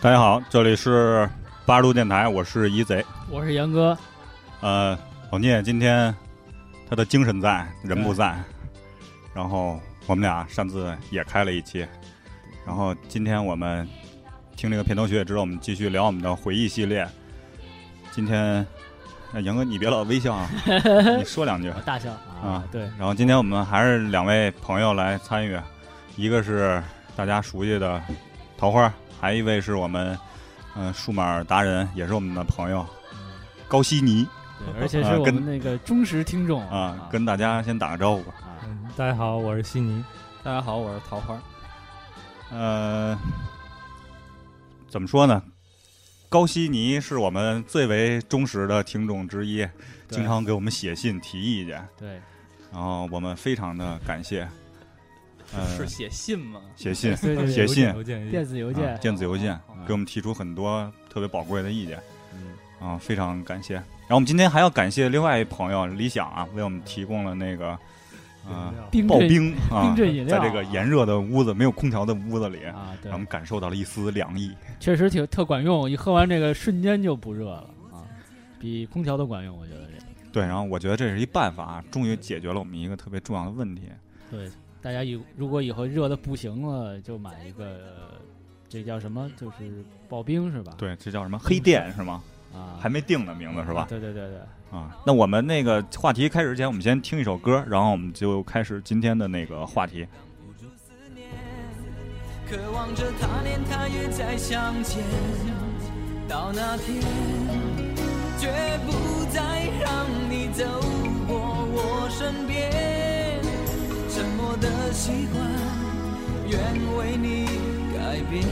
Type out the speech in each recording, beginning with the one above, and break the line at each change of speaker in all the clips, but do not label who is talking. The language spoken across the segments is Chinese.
大家好，这里是八十度电台，我是一贼。
我是杨哥，
呃，老聂今天他的精神在，人不在，然后我们俩擅自也开了一期，然后今天我们听这个片头曲也知道，我们继续聊我们的回忆系列。今天，哎杨哥你别老微笑啊，你说两句。
我大笑
啊
啊，对，
然后今天我们还是两位朋友来参与，一个是大家熟悉的桃花，还一位是我们嗯、呃数码达人，也是我们的朋友高希尼
对，而且是我
啊跟
们那个忠实听众
啊，跟大家先打个招呼吧。
啊
嗯，大家好，我是悉尼。大家好，我是桃花。
呃，怎么说呢？高希尼是我们最为忠实的听众之一，
对
经常给我们写信提意见，
对，
然后我们非常的感谢。呃，
是写信吗？
写信，
对对对
写信
邮件
电子邮件
啊、电子邮件
哦哦，
给我们提出很多特别宝贵的意见
嗯，
啊，非常感谢。然后我们今天还要感谢另外一朋友李想啊，为我们提供了那个啊
冰
刨
镇
冰啊
冰，镇饮料
在
啊，
这个炎热的屋子没有空调的屋子里，
啊，对
让我，们感受到了一丝凉意。
确实挺特管用，一喝完这个瞬间就不热了啊，比空调都管用，我觉得这个。
对，然后我觉得这是一办法啊，终于解决了我们一个特别重要的问题。
对，大家以如果以后热的不行了，就买一个，这叫什么？就是刨冰是吧？
对，这叫什么黑店是吗？
啊，
还没定呢名字是吧？
对对对对，
啊，那我们那个话题开始之前，我们先听一首歌，然后我们就开始今天的那个话题。
不住思念，渴望着他年他月再相见，到那天，绝不再让你走过我身边。沉默的习惯，愿为你改变。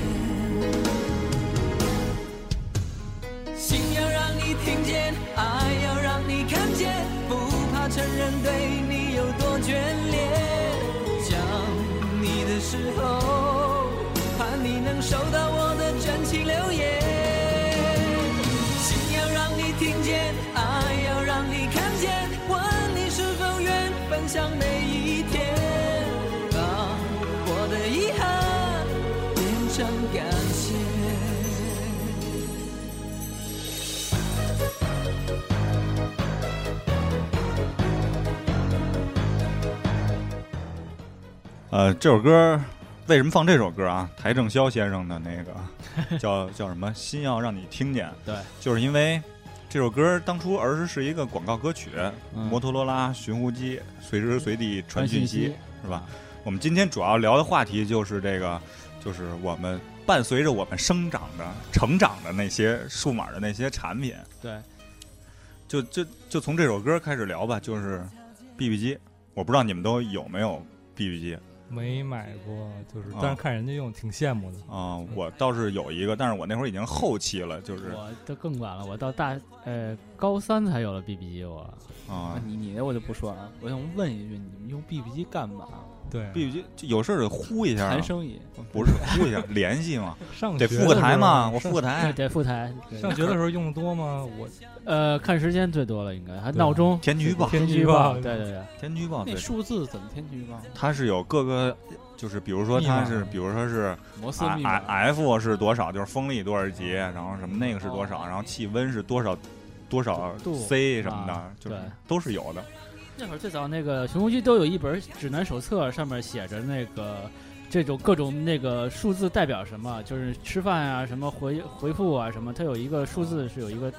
心要让你听见，爱要让你看见，不怕承认对你有多眷恋。想你的时候，盼你能收到我的真情留言。心要让你听见，爱要让你看见，问你是否愿分享每一天，把我的遗憾变成感谢。
呃，这首歌为什么放这首歌啊？邰正宵先生的那 个叫叫什么？心要让你听见。
对，
就是因为这首歌当初儿时是一个广告歌曲，摩
嗯
托罗拉寻呼机随时随地嗯传讯息，
息
是吧？我们今天主要聊的话题就是这个，就是我们伴随着我们生长的、成长的那些数码的那些产品。
对，
就就就从这首歌开始聊吧，就是 BB 机，我不知道你们都有没有 BB 机。
没买过，就是
啊，
但是看人家用，挺羡
嗯
慕的。
啊、我倒是有一个，但是我那会儿已经后期了，就是
我都更晚了，我到大呃高三才有了 BB 机，我
啊
你你的我就不说了，我想问一句，你们用 BB 机干嘛？
对啊，
，B B 机有事儿得呼一下啊
谈，生意，
不是呼一下，联系 嘛，
上
得
学
复个
的
台
时候
嘛，我
上
复个台，
得复台，对
上学的时候用的多吗？我
呃，看时间最多了，应该还
对
闹钟、
天气预报，
天气
气
预报
对对对，
天气预报，对
那，数字怎么天气预报？
它是有各个，就是比如说
密码
它是，比如说是
摩斯
I
密
I
码
F 是多少，就是风力多少级，然后什么那个是多
哦
少，然后气温是多少。多少
度
C 什么的
啊，
就是
对
都是有的。
那会儿最早那个熊红区都有一本指南手册，上面写着那个这种各种那个数字代表什么，就是吃饭啊、什么回回复啊、什么，它有一个数字是有一个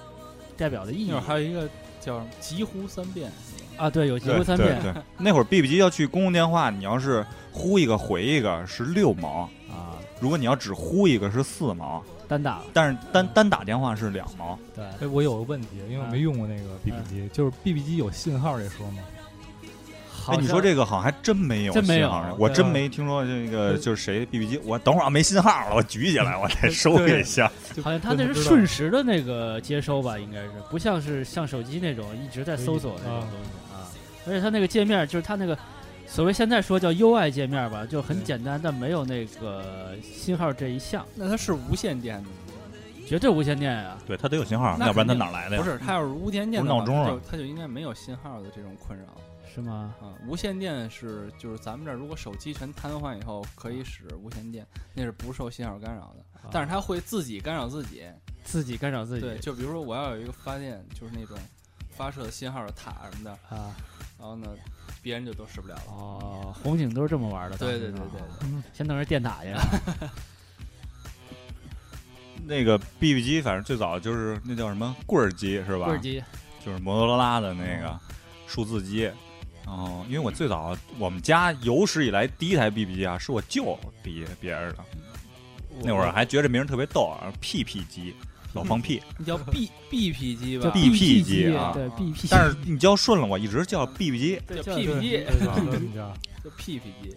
代表的意义
那会儿还有一个叫什么“疾呼三遍
啊。对，有结
对
构
对
三遍
对，那会儿 BB 机要去公共电话，你要是呼一个回一个是六毛，
啊，
如果你要只呼一个是四毛，
单打
但是单单打电话是两毛。
对
哎，我有个问题，因为我
啊
没用过那个 BB 机，就是 BB 机有信号这说吗？”。
哎，你说这个好像还真没有
真没有
信号呢我
对啊
真没听说这个就是谁 BB 机。我等会儿啊，没信号了，我举起来，我再收一下。
就
好像它那是瞬时的那个接收吧，应该是不像是像手机那种一直在搜索那种东西啊。而且它那个界面就是它那个所谓现在说叫 UI 界面吧，就很
对
简单，但没有那个信号这一项，”，
那它是无线电的吗，
绝对无线电啊。
对他得有信号，
那
要不然他哪儿来的呀？
不是？它要是无线电的
不是闹钟啊
话，就它就应该没有信号的这种困扰。
是吗？
啊，无线电是就是咱们这儿如果手机全瘫痪以后可以使无线电，那是不受信号干扰的，但是它会自己干扰自己。
自己干扰自己
啊对，就比如说我要有一个发电，就是那种发射信号的塔什么的，
啊
然后呢，别人就都使不了了。
哦，红警都是这么玩的。
对对
当时
对
呢
对，对
先弄人电塔 去。
那个 BB 机，反正最早就是那叫什么棍儿机是吧？
棍儿机
就是摩托罗拉的那个数字机。然后，因为我最早我们家有史以来第一台 BB 机啊，是我舅给别人的。那会儿还觉得这名儿特别逗啊，PP 机，老放屁。
你叫 B B P 机吧
叫
B BP
机
机啊
对 BP，
但是你叫顺了，我一直叫 BB 机。
叫
叫
P P 机，
啊
对，你知道，
叫 P P 机。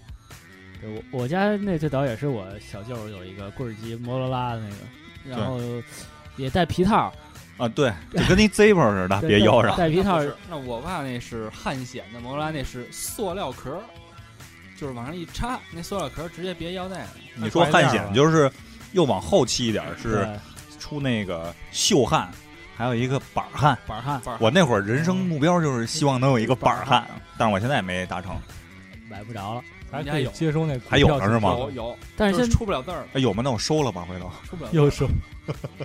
对我我家那最早也是我小舅儿有一个棍儿机摩托罗拉的那个，然后也带皮套，
啊，对，就跟那 Zippo 似的，
对
别
带
腰 上。
带皮套
啊那不是那我爸那是汗显的，摩托罗拉那是塑料壳儿，就是往上一插，那塑料壳儿直接别腰带了。
你说汗显就是又往后期一点儿是
对
出那个袖汗，还有一个板儿汗。
板儿焊，
板儿
我那会儿人生目标就是希望能有一个板儿汗，但是我现在也没达成。
买不着了。
还
人家
可以
有
接收那股
还有
票
呢是吗
有有，
但
就是是
现
出不了字儿，
哎，有吗？那我收了吧，回头。
出不了字儿。
又是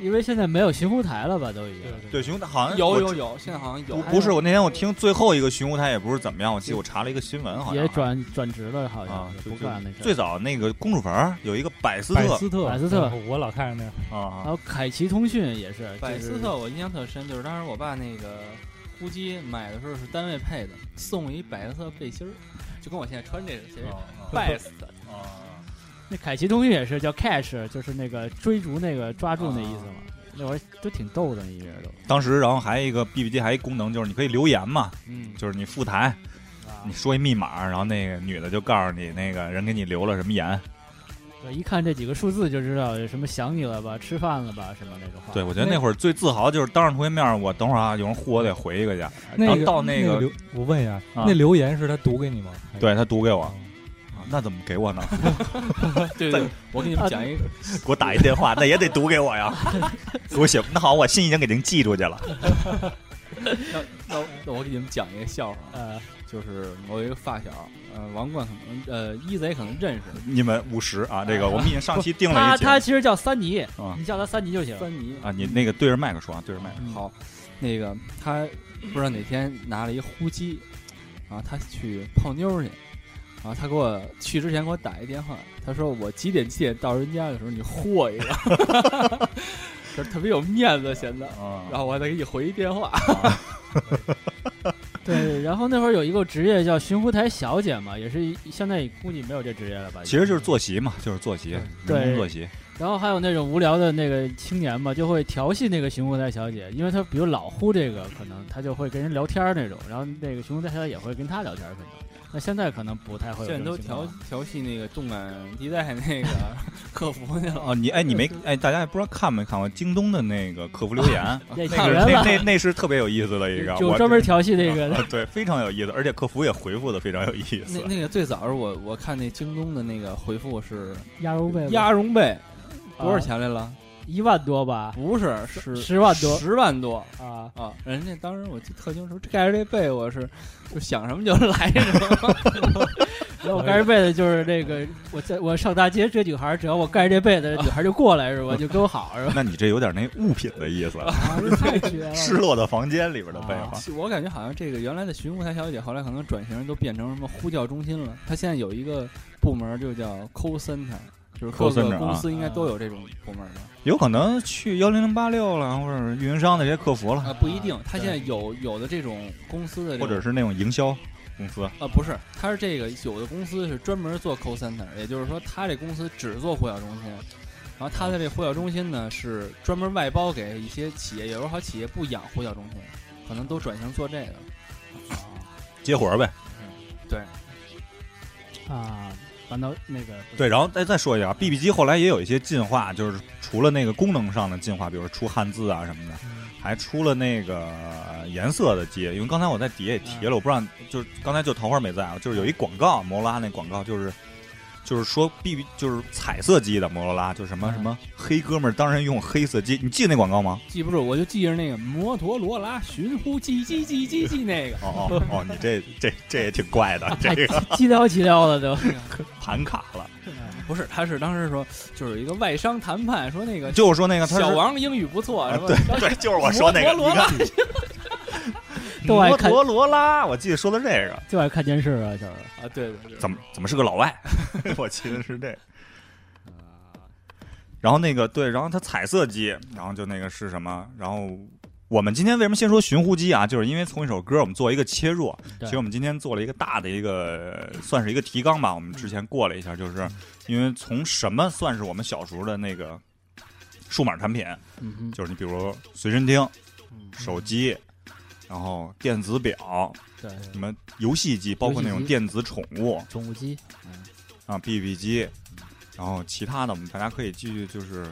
因为现在没有寻呼台了吧，都已经。
对，寻呼台好像
有
我
有有，现在好像有
不。不是我那天我听最后一个寻呼台也不是怎么样，我记得我查了一个新闻，好像
也转转职了，好像
啊
是
就
不
就
干那事儿。
最早那个公主坟儿有一个百思
百
特
斯特，
百斯特
嗯我老看着那
然
啊，
后凯奇通讯也是，
百
就
思
是
特我印象特深，就是当时我爸那个呼机买的时候是单位配的，送我一百思特背心儿，就跟我现在穿这个其
哦
实百思特
啊
那凯奇通讯也是叫 catch，就是那个追逐那个抓住那意思
啊
嘛。那会儿都挺逗的，那一人都。
当时然后还有一个 B B 机还有一功能就是你可以留言嘛，
嗯，啊
就是你复台，你说一密码，然后那个女的就告诉你那个人给你留了什么言。
对，一看这几个数字就知道有什么想你了吧，吃饭了吧，什么那种话。
对，我觉得那会儿最自豪就是当着同学面儿，我等会儿啊有人呼我得回一个去，然
那
后
个
到
那
那个
留，我问一下，
啊
那留言是他读给你吗？还是
对他读给我，啊那怎么给我呢？
对对，啊我给你们讲一个，
给我打一电话，那也得读给我呀， 给我写。那好，我信已经给您寄出去了。
那那那我给你们讲一个笑话啊，
呃，
就是我有一个发小，呃，王冠可能呃一贼可能认识，
你们五十啊，这个我们已经上期定了
他
一节
他其实叫三尼
啊，
你叫他三尼就行。
三尼
啊，你那个对着麦克说啊，对着麦克说。
好，那个他不知道哪天拿了一呼机，然后他去泡妞儿去，然后他给我去之前给我打一电话，他说我几点几点到人家的时候你呼我一个， 就是特别有面子显得，
嗯
然
啊，
后我还得给你回一电话，
对，然后那会儿有一个职业叫寻呼台小姐嘛，也是一现在估计没有这职业了吧？
其实就是坐席嘛，就是坐席，人
对
工坐席。
然后还有那种无聊的那个青年嘛，就会调戏那个寻呼台小姐，因为他比如老呼这个，可能他就会跟人聊天儿那种，然后那个寻呼台小姐也会跟他聊天，可能。那现在可能不太会有
现
这
在都
种情况
调
了。
调戏那个动感地带那 个客服去了。
哦，你哎，你没哎，大家也不知道看没看过京东的那个客服留言，
也
那个
吓啊人
那
了，
那那是特别有意思的一个，
就
我
专门调戏那个
啊 对，非常有意思，而且客服也回复的非常有意
那
思。
那个最早是我我看那京东的那个回复是
鸭绒被子
鸭绒被多少
啊
钱来了？
一万多吧，
不是是
十万多
十万多
啊，
啊！人家当时我记得特清楚，盖着这被我是就想什么就来什 么，
然后我盖着被子就是那个，我在我上大街追女孩儿，只要我盖着这被子，女孩儿就过来是吧？就跟我好是吧？
那你这有点那物品的意思，
啊，这太绝了！
失落的房间里边的废话。
我感觉好像这个原来的寻呼台小姐，后来可能转型都变成什么呼叫中心了。她现在有一个部门就叫 call center，就是各
call center
个
啊
公司应该都有这种部门吧？
有可能去幺零零八六了，或者运营商的这些客服了，
啊，不一定，她现在有有的这种公司的这
或
种，
者是那种营销公司
啊不是，她是这个有的公司是专门做 call center，也就是说她这公司只做呼叫中心。然后她的这呼叫中心呢，是专门外包给一些企业，有时候好企业不养呼叫中心，可能都转型做这个了。
接活儿呗。
啊，反倒那个
对，然后再再说一下，BB 机后来也有一些进化，就是除了那个功能上的进化，比如出汉字啊什么的，
嗯
还出了那个呃颜色的机。因为刚才我
嗯
在底下也提了，我不知道，就是刚才就桃花没在啊，就是有一广告，摩拉那广告就是就是说必须就是彩色机的摩托罗拉，就是什么
嗯
什么黑哥们儿当然用黑色机，你记得那广告吗？。
记不住，我就记着那个摩托罗拉寻呼叽叽叽叽叽那个
哦哦哦，你这这这也挺怪 的，这个
寂寥寂寥的都。
盘卡了。
不是，他是当时说就是一个外商谈判，说那个
就是说那个他是
小王英语不错，
啊
什，么
对 对，就是我说那个，
摩托罗
你
拉
看，
都爱
摩
看
托罗拉，我记得说的这个，
就爱看电视啊，就是。
啊，对对对，
怎么怎么是个老外？ 我记得是这个。然后那个对，然后它彩色机，然后就那个是什么？然后我们今天为什么先说寻呼机啊？就是因为从一首歌我们做一个切入。其
对
实我们今天做了一个大的一个，算是一个提纲吧。我们之前过了一下，就是因为从什么算是我们小时候的那个数码产品，
嗯哼，
就是你比如随身听、
嗯
手机，然后电子表，
对，对
什么游戏机，包括那
游
种
戏机
电子宠物
宠物机，
啊，BB 机，然后其他的我们大家可以继续就是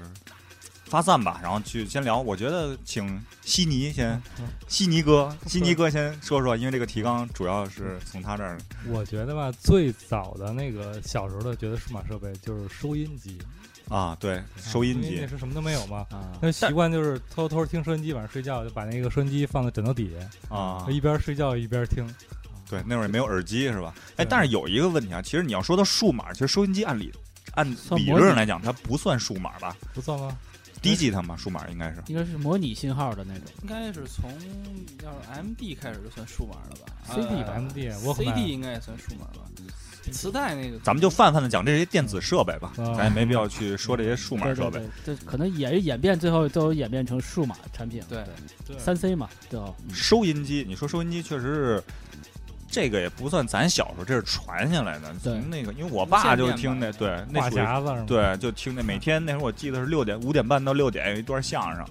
发散吧，然后去先聊。我觉得请悉尼
嗯
先，悉尼哥，悉尼哥先说说，因为这个提纲主要是从他这儿
我觉得吧，最早的那个小时候的觉得数码设备就是收音机，
啊，对，收音
因为
机
那时候什么都没有嘛。
啊，
那习惯就是偷偷听收音机，晚上睡觉就把那个收音机放在枕头底下，
啊，
一边睡觉一边听。
对，那会儿也没有耳机是吧？哎，
对
但是有一个问题啊，其实你要说到数码，其实收音机按理按
算
理
模拟
论上来讲，它不算数码吧？
不算吗？
低级它嘛，数码应该是。
应该是模拟信号的那种。
应该是从要是 M D 开始就算数码了吧呃
CD 吧，MD
C
Walkman
D 应该也算数码吧，磁带那个
咱们就泛泛的讲这些电子设备吧，
啊
咱也没必要去说这些数码
对
设
对
备。
对，这可能也演变，最后都演变成数码产品了。
对
对
三 C 嘛，最后
收音机，你说收音机确实是。这个也不算咱小时候，这是传下来的。
对
从那个，因为我爸就听那，
无线
对
电
那
话
属于
匣子是吗？，
对，就听那每天那时候我记得是六点五点半到六点有一段相声，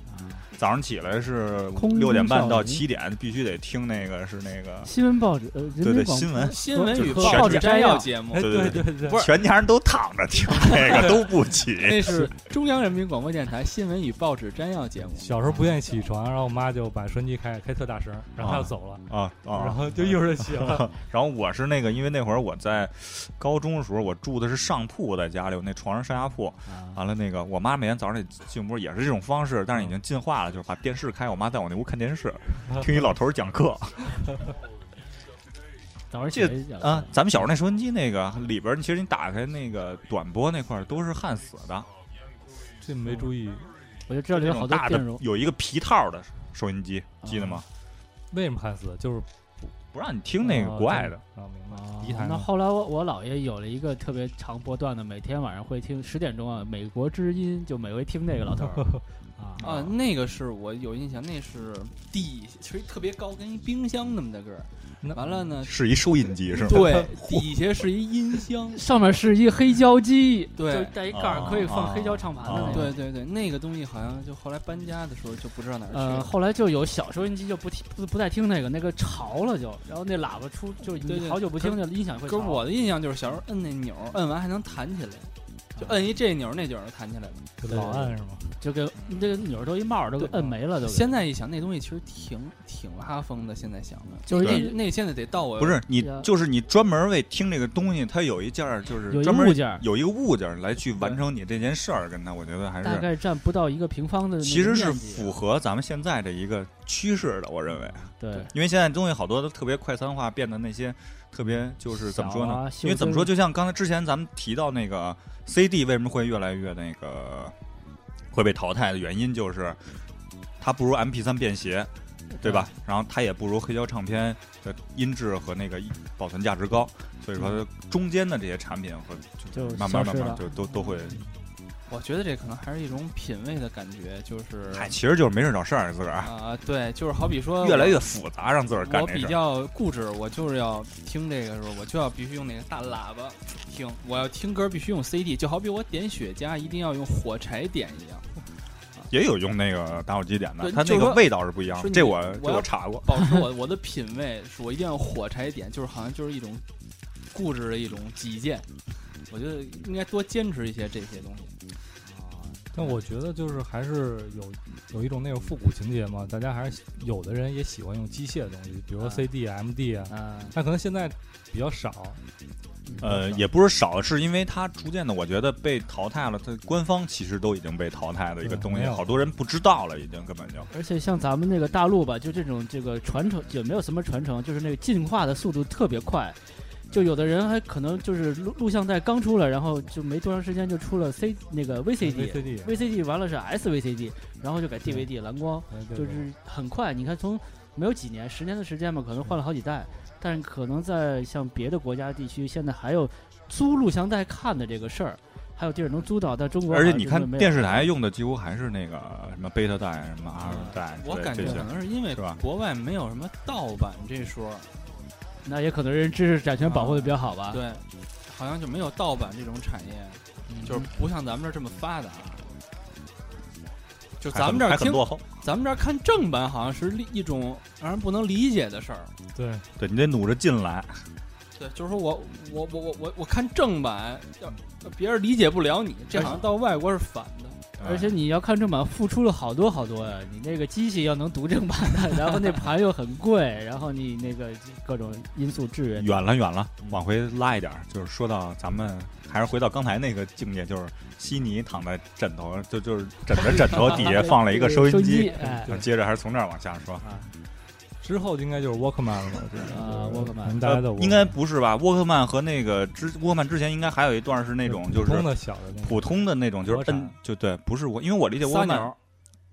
早上起来是
空中
六点半到
少林
七点必须得听那个是那个
新闻报纸，呃，人
对对
民广
新闻，
新闻与
就
全
嗯报纸
是
摘
摘
要
要
节目
哎，，
对对
对对，
不是哎
全家人都躺着听那个都不起。
那是中央人民广播电台新闻与报纸摘要节目。
小时候不愿意起床，然后我妈就把收音机开开特大声，然后她就走了，
啊
然
啊！
后就一会儿就醒了。
然后我是那个，因为那会儿我在高中的时候，我住的是上铺，我在家里，我那床上上下铺。
啊，
完了，那个我妈每天早上得进屋也是这种方式，但是已经进化了，就是把电视开，我妈在我那屋看电 视，听一老头儿讲课。
早上起来演
啊，咱们小时候那收音机那个里边儿，其实你打开那个短波那块儿都是焊死的，
这没注意，
我就知道里
那
有
种
好多
大
电
的
容，啊
有一个皮套的收音机，记得吗？
为什么焊死？就是
不让你听那个国外的。
啊，明白。
啊
第一台
那
吗
后来我我姥爷有了一个特别长波段的，每天晚上会听十点钟啊，美国之音，就每回听那个老头
嗯
儿啊
啊，那个是我有印象，那是底，其实特别高，跟一冰箱那么大个儿。
那
完了呢，
是一收音机是 吗？
对，底下是一音箱。
上面是一黑胶机，
对
就带一盖
哦
儿可以放黑胶唱盘的那
啊
个。
对对对，那个东西好像就后来搬家的时候就不知道哪儿去
呃，
了。
后来就有小收音机就不听不不再听那个，那个潮了就，然后那喇叭出就
对
你
对
好久不听，就音响会
可是
潮。
我的印象就是小时候摁那钮儿，摁完还能弹起来，就摁一这钮儿那钮儿就弹起来了。
就老按是吗？
就给那个钮儿都一帽儿都给
对
摁没了，都给
现在一想，那东西其实挺挺拉风的。现在想的，
就是
那
一
那现在得到我
不是你
呀，
就是你专门为听这个东西，它有一件儿就是
有一
专门
物件儿，
有一个物件儿来去完成你这件事儿，跟它，我觉得还
大
是
概占不到一个平方的那个面积，
其实是符合咱们现在的一个趋势的，我认为，
对
因为现在东西好多都特别快餐化，变得那些特别就是怎么说
小
呢
啊？
因为怎么
袖
说，就像刚才之前咱们提到那个 CD 为什么会越来越那个会被淘汰的原因，就是它不如 MP3 便携，对吧？？然后它也不如黑胶唱片的音质和那个保存价值高，所以说中间的这些产品和就
就是
慢慢
消
慢
失
慢
了
就都都会，
我觉得这可能还是一种品味的感觉，就是
嗨，哎其实就是没事找事儿，自个儿
啊、对，就是好比说
越来越复杂，让自个儿干
嗯我
这
比
事儿。
较固执，我就是要听这个时候，我就要必须用那个大喇叭听。我要听歌必须用 CD，就好比我点雪茄一定要用火柴点一样。
也有用那个打火机点的，
对
它
就
那
是
个
说
味道是不一样
说
的。
你
这我
我
这
要
我查过，
保持 我我的品味，是我一定要用火柴点，就是好像就是一种固执的一种己见。我觉得应该多坚持一些这些东西。
啊
但我觉得就是还是有有一种那种复古情节嘛，大家还是有的人也喜欢用机械的东西，比如说
啊
CD、MD 啊，
嗯，
但可能现在比较少。
嗯
呃，也不是少，是因为它逐渐的，我觉得被淘汰了。它官方其实都已经被淘汰的一个
对
东西，
没有
好多人不知道了，已经根本就
而且像咱们那个大陆吧，就这种这个传承也没有什么传承，就是那个进化的速度特别快。就有的人还可能就是录录像带刚出来，然后就没多长时间就出了 C 那个
嗯
VCD，VCD
VCD，
完了是 SVCD，然后就改 DVD 蓝光，
对
就是很快。你看从没有几年，十年的时间吧，可能换了好几代，但是可能在像别的国家地区，现在还有租录像带看的这个事儿，还有地儿能租到，但中国
而
好
且
像
你
就
看
是没有
电视台用的几乎还是那个什么贝塔带、什么阿尔带，
我
对
感觉
这
可
些
能是因为
是吧
国外没有什么盗版这说，
那也可能是知识产权保护的比较好
啊
吧。
对，好像就没有盗版这种产业，
嗯
就是不像咱们这儿这么发达。啊就
还
咱们
很
这儿
还很
听，
落后。
咱们这儿看正版好像是另一种让人不能理解的事儿。
对，
对你得努着劲来，
对，就是说我我我我我我看正版，要别人理解不了你，这好像到外国是反的。
啊
而且你要看正版，付出了好多好多呀！你那个机器要能读正版 的，然后那盘又很贵，然后你那个各种因素制约。
远了远了，往回拉一点儿，就是说到咱们还是回到刚才那个境界，就是悉尼躺在枕头，就就是枕着枕头底下放了一个收
收
音
机
机，，嗯
哎，
然后接着还是从这儿往下说。
之后应该就是 Walkman 了，我觉得
啊
就是
Walkman
可能大家都
呃应该不是吧？沃克曼和那个之沃克曼之前应该还有一段是那种就是
普通的小的那种，
普通的那种，就是
国产
摁就对，不是我，因为我理解沃
撒
克
钮
曼
儿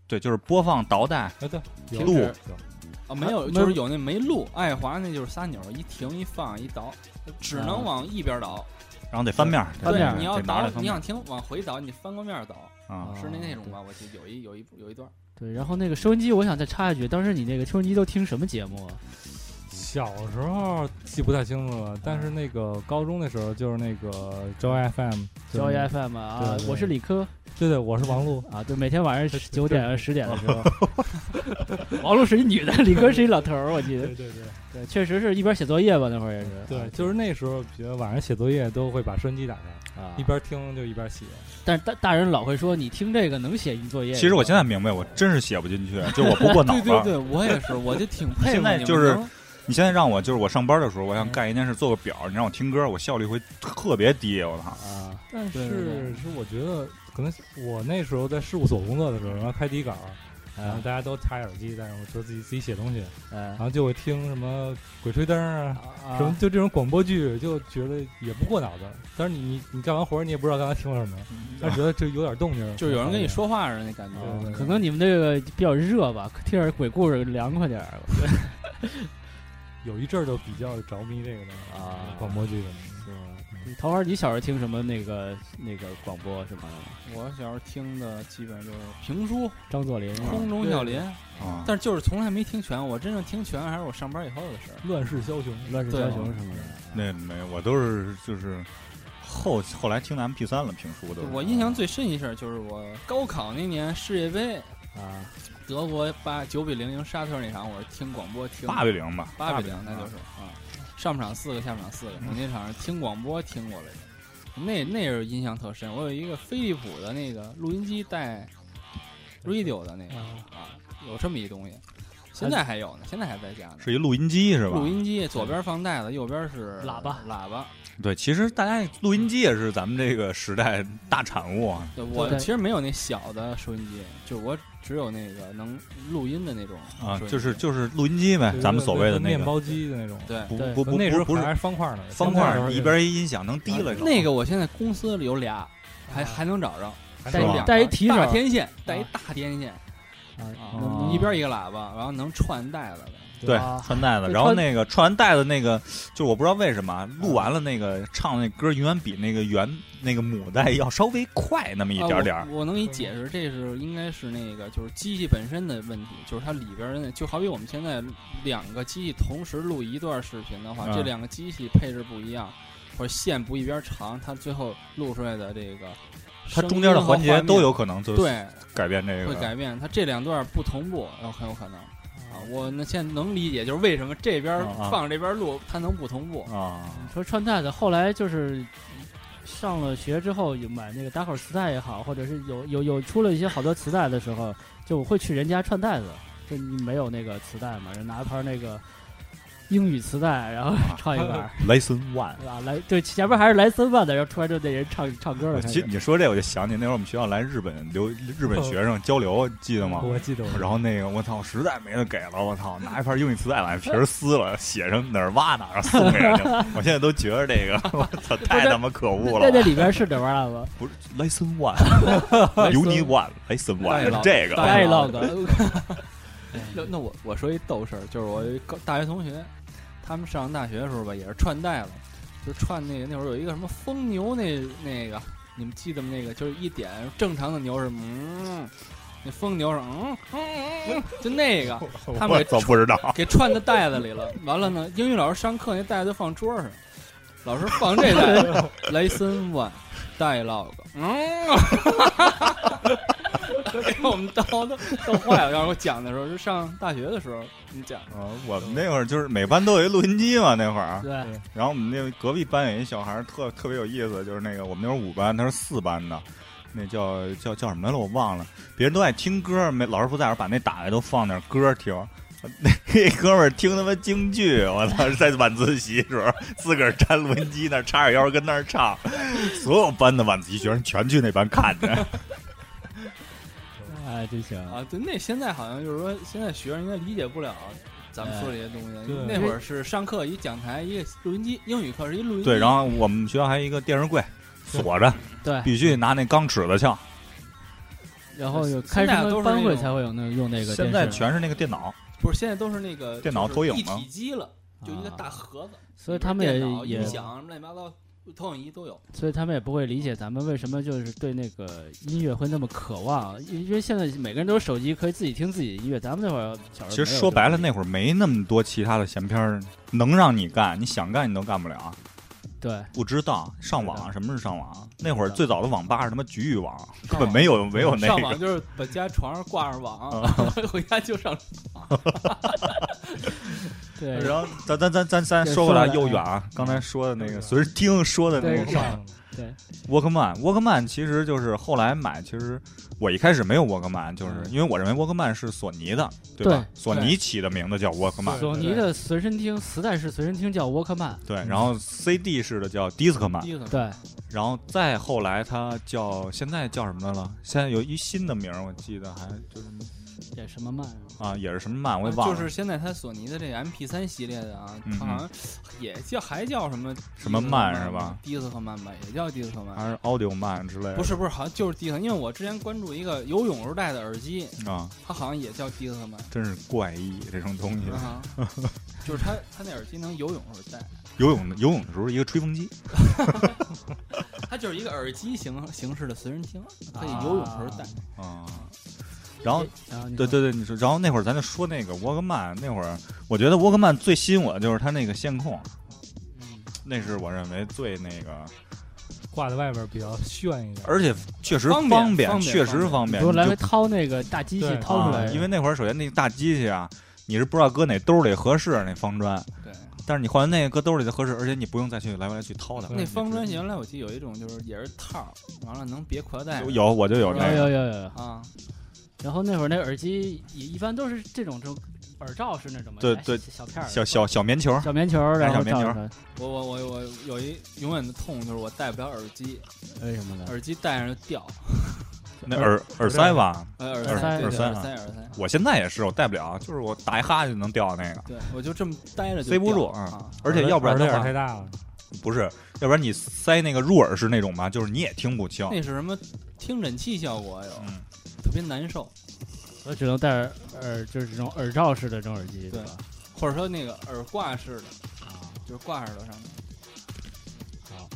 对就是播放倒带，
哎对，有
录
有
啊，没有，
没
就是有那没录，爱华那就是仨钮儿，一停一放一倒，只
啊
能往一边倒。
然后得翻面儿，
翻
得
面儿
拿
你要
得拿
倒
着，翻
你
面儿
想听往回倒，你翻个面儿倒，
啊，
哦是那那种吧？我记得有一有一有一段儿，
对，然后那个收音机，我想再插一句，当时你那个收音机都听什么节目啊？
小时候记不太清楚了，但是那个高中的时候就是那个 Joy FM，
交易
就是
FM 啊
对，对
我是理科
对对，我是王璐，
啊，对，每天晚上九点十点的 时候，王璐是一女的，理科是一老头儿，我记得
对，对对
对，确实是一边写作业吧，那会儿也是，啊
对，就是那时候，觉得晚上写作业都会把收音机打开，
啊，
一边听就一边写，
但是大大人老会说，你听这个能写一作业。
其实我现
在
在明白，我真是写不进去，就我不过脑
对
子。
对对，我也是，我就挺佩
啊 现
服
在
你们
就是
能
你现在让我就是我上班的时候，我想
嗯
干一件事，做个表，你让我听歌，我效率会特别低。我操！
啊，
但
对对对
是是我觉得可能我那时候在事务所工作的时候，然后开底稿，然后大家都插耳机，但是我就自己自己写东西，
哎
然后就会听什么鬼吹灯啊，
啊
什么就这种广播剧，就觉得也不过脑子。但是你你干完活儿你也不知道刚才听了什么，
嗯
但是觉得这有点动静，啊
就是有人跟你，说话似的那感觉。
对对对
可能你们这个比较热吧，听点鬼故事凉快点儿吧。
有一阵儿就比较着迷这个东西
啊
广播剧
是吧？桃花，你小时候听什么那个那个广播是吗？
我小时候听的基本就是啊评书、
张作霖
空中小林，
啊，
但是就是从来没听全。我真正听全还是我上班以后的事儿。
乱世枭雄，啊
乱世
对
枭雄什么的。
那没有，我都是就是后后来听的 MP 三了，评书都是。
我印象最深一事儿就是我高考那年世界杯，
啊，
德国八九比零赢沙特那场，我是听广播听
八比零吧，
八比零，那就是是啊，上半场四个，下半场四个。我那场是听广播听过来的，那那是印象特深。我有一个飞利浦的那个录音机带 radio 的那个
啊
啊，有这么一东西，现在还有呢，现在还在家呢。
是一录音机是吧
录？音机左边放带子，右边是
喇叭
喇叭。
对，其实大家录音机也是咱们这个时代大产物啊。
对我
对
其实没有那小的收音机，就我只有那个能录音的那种
啊
收音机
就是就是录音机呗
对，
哎咱们
对
所
对
谓
就
的那
面
个
包机的那种，
对。
不
对
不不
那时候
不不
还
是
是方块儿呢，
方块儿，一边一音响能提了一
那个我现在公司里有俩，还
啊
还能找着，
带
带
是
一
吧
两
带一
个
提手
大天线，带一大天线，
啊
啊，一边一个喇叭，然后能串带子的，
对
啊
穿带子，
对
然后
穿
那个串完带子那个，就是我不知道为什么啊录完了那个唱那歌，永远比那个原那个母带要稍微快那么一
啊
点点儿。
我我能给你解释，这是应该是那个就是机器本身的问题，就是它里边儿的那，就好比我们现在两个机器同时录一段视频的话，
嗯
这两个机器配置不一样，或者线不一边长，它最后录出来的这个
它
声
中
音和画面，
间的环节都有可能就是
对
改变这
会
个。
改变，它这两段不同步，然后很有可能。啊，我那现在能理解，就是为什么这边儿
啊啊
放这边儿录，它能不同步。
啊，
你说穿戴的，后来就是上了学之后，有买那个打口磁带也好，或者是有有有出了一些好多磁带的时候，就我会去人家串带子，就你没有那个磁带嘛，人拿一盘那个。英语磁带，然后
啊
唱一段儿。
Lesson One。
啊，来，对，前面还是莱森万的，然后突然就那人唱唱歌了。开
其
始
实你说这我就想起那会儿我们学校来日本留日
哦
本学生交流，记得吗？
我记得我
然后那个我操，实在没得给了，我操，拿一盘英语磁带把皮儿撕了，写上哪儿挖哪儿送给人家。我现在都觉得这个， 我操，太他妈可恶
那那
了。
里边是哪玩意儿 吗？
不是 lesson one，you need one lesson one，
Dialogue
这
大
个
爷
Dialogue，
那那我我说一逗事儿，就是我有一高大学同学，他们上大学的时候吧，也是串带了，就串那个那会儿有一个什么疯牛那那个，你们记得吗？那个就是一点正常的牛是嗯，那疯牛是嗯嗯，嗯就那个他们
我操，不知道。
给串到袋子里了。完了呢，英语老师上课那袋子就放桌上，老师放这袋 子，lesson one dialogue，嗯，给我们逗的逗坏了。要是我讲的时候，就上大学的时候，你讲
啊，我们那会儿就是每班都有一录音机嘛，那会儿，
对，
然后我们那个隔壁班有一小孩儿特特别有意思，就是那个我们那会儿五班，他是四班的，那叫叫叫什么来了我忘了。别人都爱听歌，没老师不在时候把那打开都放点歌听。 那那哥们儿听他妈京剧，我操，在晚自习时候自个儿站录音机那儿叉着腰跟那儿唱，所有班的晚自习学生全去那班看去。
哎，真行。
嗯
啊，对，那现在好像就是说，现在学生应该理解不了咱们说这些东西。
哎
对
那会儿是上课一讲台一个录音机，英语课是一录音 机，
对，然后我们学校还有一个电视柜锁着，
对，
必须拿那钢尺子撬。
然后有开
现在
什
都
么
是那
班会
种
才会有那个用那个电视。
现在全是那个电脑，
不是现在都是那个
电脑
就是
投影
一
吗
体机了，就一个大
啊
盒子。
所以他们也
电脑音
也，
响乱七八糟，投影仪都有。
所以他们也不会理解咱们为什么就是对那个音乐会那么渴望，因因为现在每个人都有手机，可以自己听自己的音乐。咱们那会儿小时候
其实
呃没有
说
这
白了，
种
那会儿没那么多其他的闲篇儿能让你干，你想干你都干不了。啊
对
不知道上
是
网啊
的
什么是上网？那会儿
是的哦
最早的网吧是他妈局域网，根
上
本
网
没有没有那
上网
个。嗯
就是把家床上挂上网， 回家就上。
对，
然后咱咱咱咱咱
对
说回来
说回来嗯
又远啊，刚才说的那
对
个
对
随时听说的那
对
个
是吧
Walkman，Walkman 其实就是后来买，其实我一开始没有 Walkman，就是
嗯
因为我认为 Walkman 是索尼的，对吧？索尼
对
起的名字叫 Walkman，
对
索尼的随身听磁带式随身听叫 Walkman，
对，然后 CD 式的叫 Discman，
第一个
对，
然后再后来它叫现在叫什么来了？现在有一新的名儿，我记得还就是
这什么慢啊？
啊，也是什么漫我也忘了，
就是现在它索尼的这 MP 三系列的啊，
嗯
它好像也叫还叫什么
什么慢是吧？
迪斯科曼吧，也叫迪斯科曼。
还是 Audio Man 之类的，
不是不是，好像就是迪斯科，因为我之前关注一个游泳时候戴的耳机，
啊，
它好像也叫迪斯科曼。
真是怪异这种东西。
啊 哈，就是它它那耳机能游泳时候戴，
游泳的游泳的时候一个吹风机，
它就是一个耳机形形式的随身听，可以游泳时候戴。
啊，然后
然啊后你
对
说
对对，你说，然后那会儿咱就说那个沃克曼，那会儿我觉得沃克曼最吸引我的就是它那个线控，
嗯
那是我认为最那个，
挂在外边比较炫一点。
而且确实
方
方
便方便
确实方
你
便，
不是来
你
回
就
掏那个大机器
对
掏出
啊
来，
因为那会儿首先那大机器啊，你是不知道搁哪兜里合适那方砖，
对。
但是你换那个搁兜里就合适，而且你不用再去来回来去掏它。
那方砖原来我记得有一种就是也是套儿，完了能别裤腰带
有有我就有那
有
个，
有有有有。
啊，
然后那会儿那耳机也一般都是这种，就耳罩是那种嘛，
对
哎
对
小小片儿的
小小小棉球儿，
小棉球儿，
哎
然后
小棉
罩
球儿
上，
我我我我有一永远的痛就是我戴不了耳机，
为什么呢？
耳机戴上就掉，
那耳耳塞吧，
呃
耳
耳塞
塞
对
耳
对耳
塞啊
耳塞，
我现在也是，我戴不了，就是我打一哈就能掉那个，
对我就这么戴着就
塞不
掉
住
啊，
而且要不然的
耳
话
太，大了，
不是，要不然你塞那个入耳式那种吧，就是你也听不清。
那是什么听诊器效果有，
嗯，
特别难受，
我只能戴耳耳，就是这种耳罩式的这种耳机，
对
吧？
或者说那个耳挂式的，
啊，
就是挂耳朵上面。
好，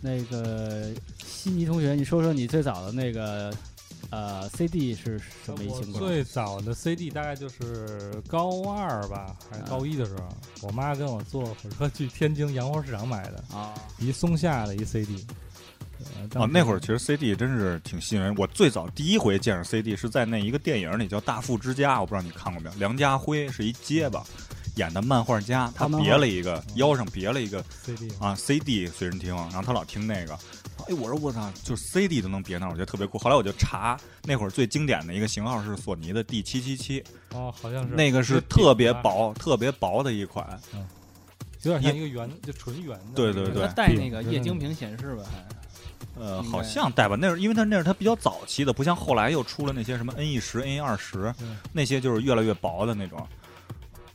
那个悉尼同学，你说说你最早的那个呃 CD 是什么一
我
情况？
最早的 CD 大概就是高二吧，还
啊
是高一的时候，我妈跟我坐火车去天津洋货市场买的
啊，
一松下的一 CD。呃当
哦，
时
那会儿其实 CD 真是挺吸引人。我最早第一回见着 CD 是在那一个电影里叫《大富之家》，我不知道你看过没有？梁家辉是一结巴，演的漫画家，他
漫画
别了一个腰上别了一个
CD
啊 CD 随身听，然后他老听那个。哎，我说我操，就是 CD 都能别那儿，我觉得特别酷。后来我就查，那会儿最经典的一个型号是索尼的 D 七七七，
哦，好像是
那个是特别，薄、特别薄的一款。
有点像一个圆，就纯圆的。
对对对
它带那个液晶屏显示吧，还
呃，
应该
好像带吧，那是因为它那是它比较早期的，不像后来又出了那些什么 N E 十、N E 二十
嗯，
那些就是越来越薄的那种。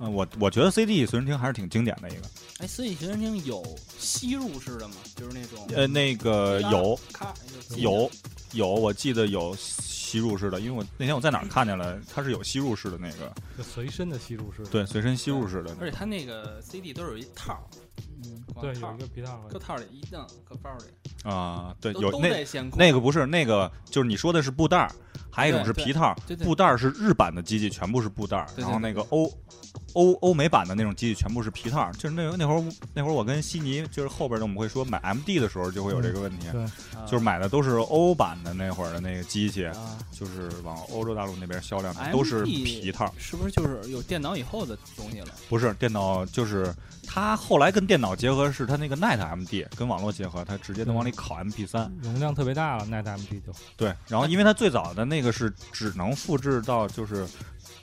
嗯、我我觉得 CD 随身听还是挺经典的一个。
哎，所以随身听有吸入式的吗？就是那种
呃，那个有
咔就进去了
有有，我记得有吸入式的，因为我那天我在哪儿看见了，它是有吸入式的那个，
就随身的吸入式的。
对，随身吸入式的那
而
个。
且它那个 CD 都有一套儿，光
对，有
套儿
一个皮套。
搁套儿里一弄，搁包里，
啊、对，
都
有
都
那
在线控。
那个不是那个，就是你说的是布袋儿，还有一种是
对
皮套儿
对。对
布袋儿是日版的机器，全部是布袋儿，
对对
然后那个欧欧欧美版的那种机器全部是皮套儿。就是那那会儿那会儿我跟悉尼，就是后边儿的我们会说买 MD 的时候就会有这个问题，
嗯
对
啊
就是买的都是欧版的那会儿的那个机器，
啊，
就是往欧洲大陆那边销量的
MD
都是皮套儿，
是不是就是有电脑以后的东西了？
不是电脑，就是它后来跟电脑结合是它那个 Net MD 跟网络结合，它直接能往
嗯
里拷 MP 3
容量特别大了，那 MD 就
对，然后因为它最早的那个是只能复制到就是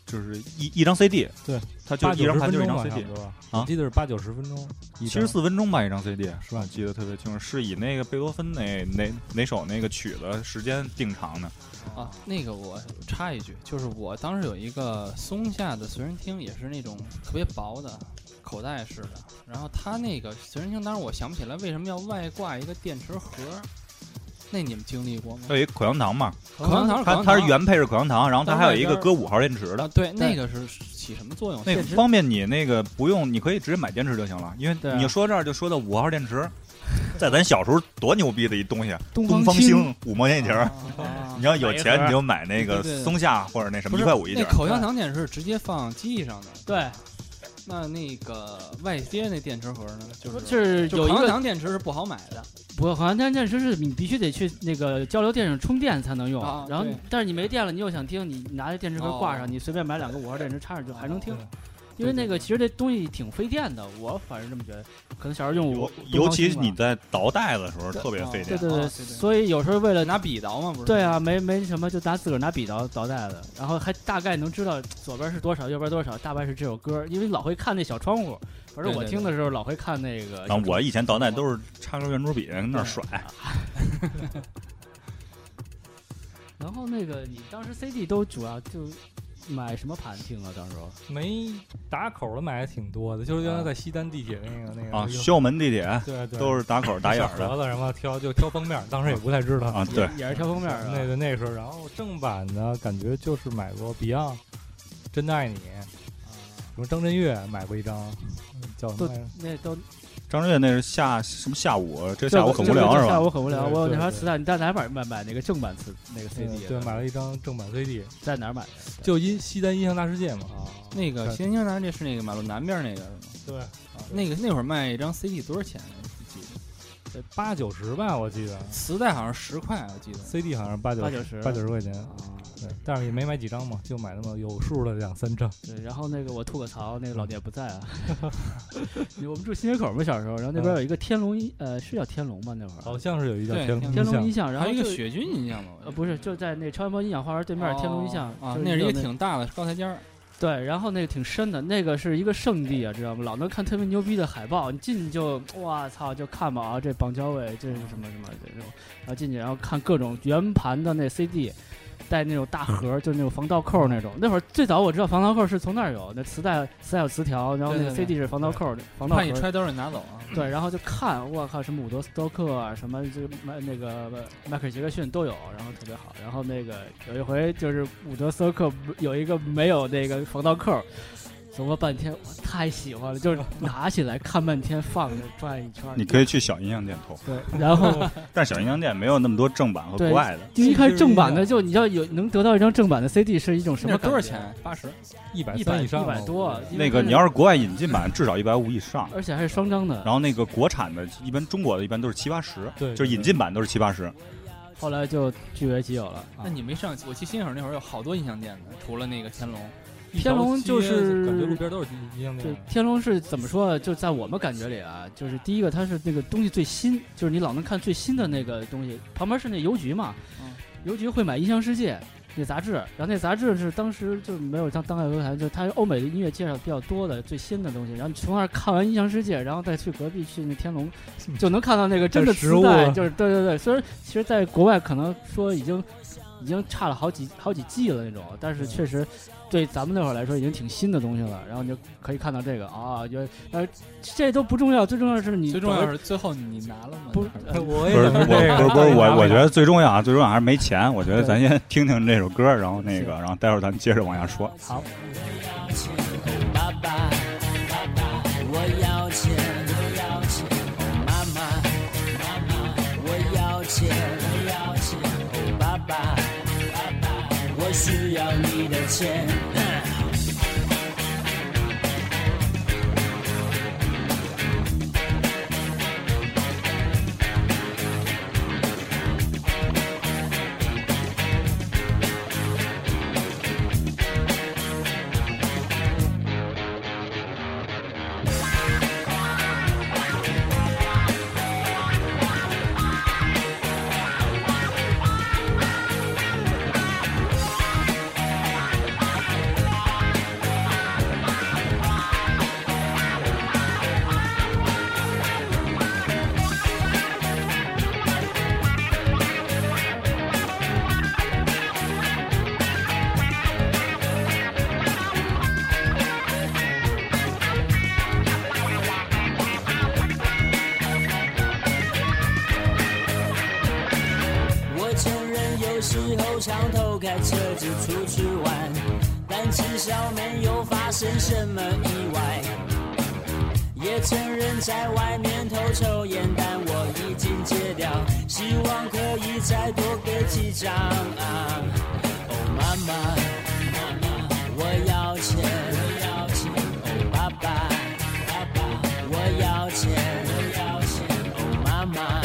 就是一一张 CD，
对，
它就
八
一
九
张
十
盘
分
就一
钟
张
吧，差
CD，
不多。
啊
我记得是八九十分钟，一
七
张
十四分钟吧，一张 CD
是吧
我记得特别清楚，是以那个贝多芬哪哪哪首那个曲子时间定长的。
啊，那个我插一句，就是我当时有一个松下的随身听，也是那种特别薄的口袋式的，然后它那个随身听，当时我想不起来为什么要外挂一个电池盒儿，那你们经历过吗
它？有一口香糖嘛，
口香糖，
它
口香
它是
糖
原配是口香糖，然后它
当
还有一
外
个
边儿
搁五号电池的
啊，，对，
对
那个是起什么作用？
那个
电池
方便你那个不用，你可以直接买电池就行了。因
对
为
啊
你说到这儿就说到五号电 池，在咱小时候多牛逼的一东西，
东
东方星五毛钱一节儿。
啊
你要有
买一
钱
盒
你就买那个
对对对
松下或者那什
不
么一
是
块五一节
那
儿。
口香糖电池是直接放机器上的，
对，
那那个外接那电池盒呢？就是
是
就
有一
口香
个
糖电池是不好买的，
不，好像但电池是你必须得去那个交流电上充电才能用，
啊
然后
对
但是你没电了，你又想听，你拿着电池盒挂上，
哦
你随便买两个五号电池插上就还能听，
对
因为那个其实这东西挺费电的，我反正这么觉得，可能小时候用
尤
我
尤其你在倒带的时候特别费
对
电。
对
啊对对
所以有时候为了
拿笔倒吗？不是？
对啊，没没什么，就拿自个儿拿笔倒倒带的，然后还大概能知道左边是多少，右边多少，大概是这首歌，因为老会看那小窗户，反正
对
我
对
听的时候老会看那个小
然
窗
后
户。
我以前倒带都是插根圆珠笔跟那儿甩，
然后那个你当时 CD 都主要就买什么盘听啊？当时候
没打口的买的挺多的，就是原来在西单地铁那个那个
啊，
那个
宣武门地铁
对对，
都是打口打眼儿
小
的
盒子，然后挑就挑封面，当时也不太知道
啊，对，
也是挑封面啊。
那个那个时候，然后正版的感觉就是买过 Beyond《真的爱你》，什么张震岳买过一张，叫什么来着？
那都
张震岳那是下什么下午，啊这
这
下午很无聊是
下
吧？
午很无聊。
对
我有那
对
盘
对
磁带，你在哪儿买买买那个正版磁那个 CD？
嗯对，买了一张正版 CD，
在哪儿买的？
就音西单音像大世界嘛。
那个
对
新兴南这是那个马路南边那个是吗？
对，
那个那会儿卖一张 CD 多少钱啊？你记得
八九十吧，我记得
磁带好像十块，我记得。
CD 好像八九
890
八九十块钱。对，但是也没买几张嘛，就买那么有数的两三张。
对，然后那个我吐个槽，那个老聂不在啊。我们住新街口嘛，小时候，然后那边有一个天龙音，呃，是叫天龙吗？那会
好
儿
像是有一叫
对
天
天龙
哦像
音响，然
还
后
有一个
就
雪军印象吗？
呃不是，就在那朝阳门音响花园对
对
面天龙音响
啊
就，
那是一
有
个挺大的高台阶儿。
对，然后那个挺深的，那个是一个圣地啊，知道吗？老能看特别牛逼的海报，你进去就哇操，就看吧啊，这邦交位这是什么什么这种，然后进去然后看各种圆盘的那 CD，带那种大盒儿，就是那种防盗扣儿那种。那会儿最早我知道防盗扣儿是从那儿有，那磁带磁带有磁条，然后那
对
个
对对
CD 是防盗扣儿，防盗
怕
盒
你
儿。
揣兜里拿走啊。
对，然后就看，我靠，什么伍德斯托克啊，什么这个迈那个迈克尔杰克逊都有，然后特别好。然后那个有一回就是伍德斯托克有一个没有那个防盗扣儿，琢磨半天，我太喜欢了， 就是拿起来看半天，放着转一圈儿。
你可以去小音像店偷，
对，然 后
但是小音像店没有那么多正版和
对
国外的。
就一看正版的，就你要有能得到一张正版的 CD 是一种什
那
么
是多少
感觉？啊
钱？八十。
一百
一百
啊三以
一
上吧，
百多，因为
那个
它是
你要是国外引进版，至少一百五以上。
而且还是双张的。
然后那个国产的，一般中国的一般都是七八十，
对
就是引进版都是七八十。
后来就据为己有了。啊
那你没上？我去新手那会儿有好多音像店呢，除了那个天龙，
一
天
条
龙就
街
是
感觉路边都是一样
对
的，，
天龙是怎么说呢？就在我们感觉里啊，就是第一个，它是那个东西最新，就是你老能看最新的那个东西。旁边是那邮局嘛，
嗯
邮局会买《音箱世界》那杂志，然后那杂志是当时就没有像当代歌坛，就它是欧美的音乐介绍比较多的最新的东西。然后你从那儿看完《音箱世界》，然后再去隔壁去那天龙，就能看到那个真的
这是
磁
实物
带，
啊
就是对对对。虽然其实在国外可能说已经已经差了好几好几季了那种，但是确实对咱们那会儿来说已经挺新的东西了。然后你就可以看到这个啊，就呃这都不重要，最重要的是你
最重要
是
是最后你拿了吗？
不
那
呃
会儿
哎我
不
也
是
想
我不是
说这个
不是我，我觉
得
得最重要啊，最重要还是没钱。我觉得
对
咱先听听这首歌，然后那个，然后待会儿咱接着往下说。
好，
爸爸，爸爸，我要钱，我要钱。妈妈，妈妈，我要钱，我要钱。爸爸，爸爸，我需要你的钱。我承认有时候想偷开车子出去玩，但至少没有发生什么意外。也承认在外面偷抽烟，但我已经戒掉，希望可以再多给几张啊。哦，妈妈，妈妈，我要钱，我要钱。哦，爸爸，爸爸，我要钱，我要钱。哦，妈妈，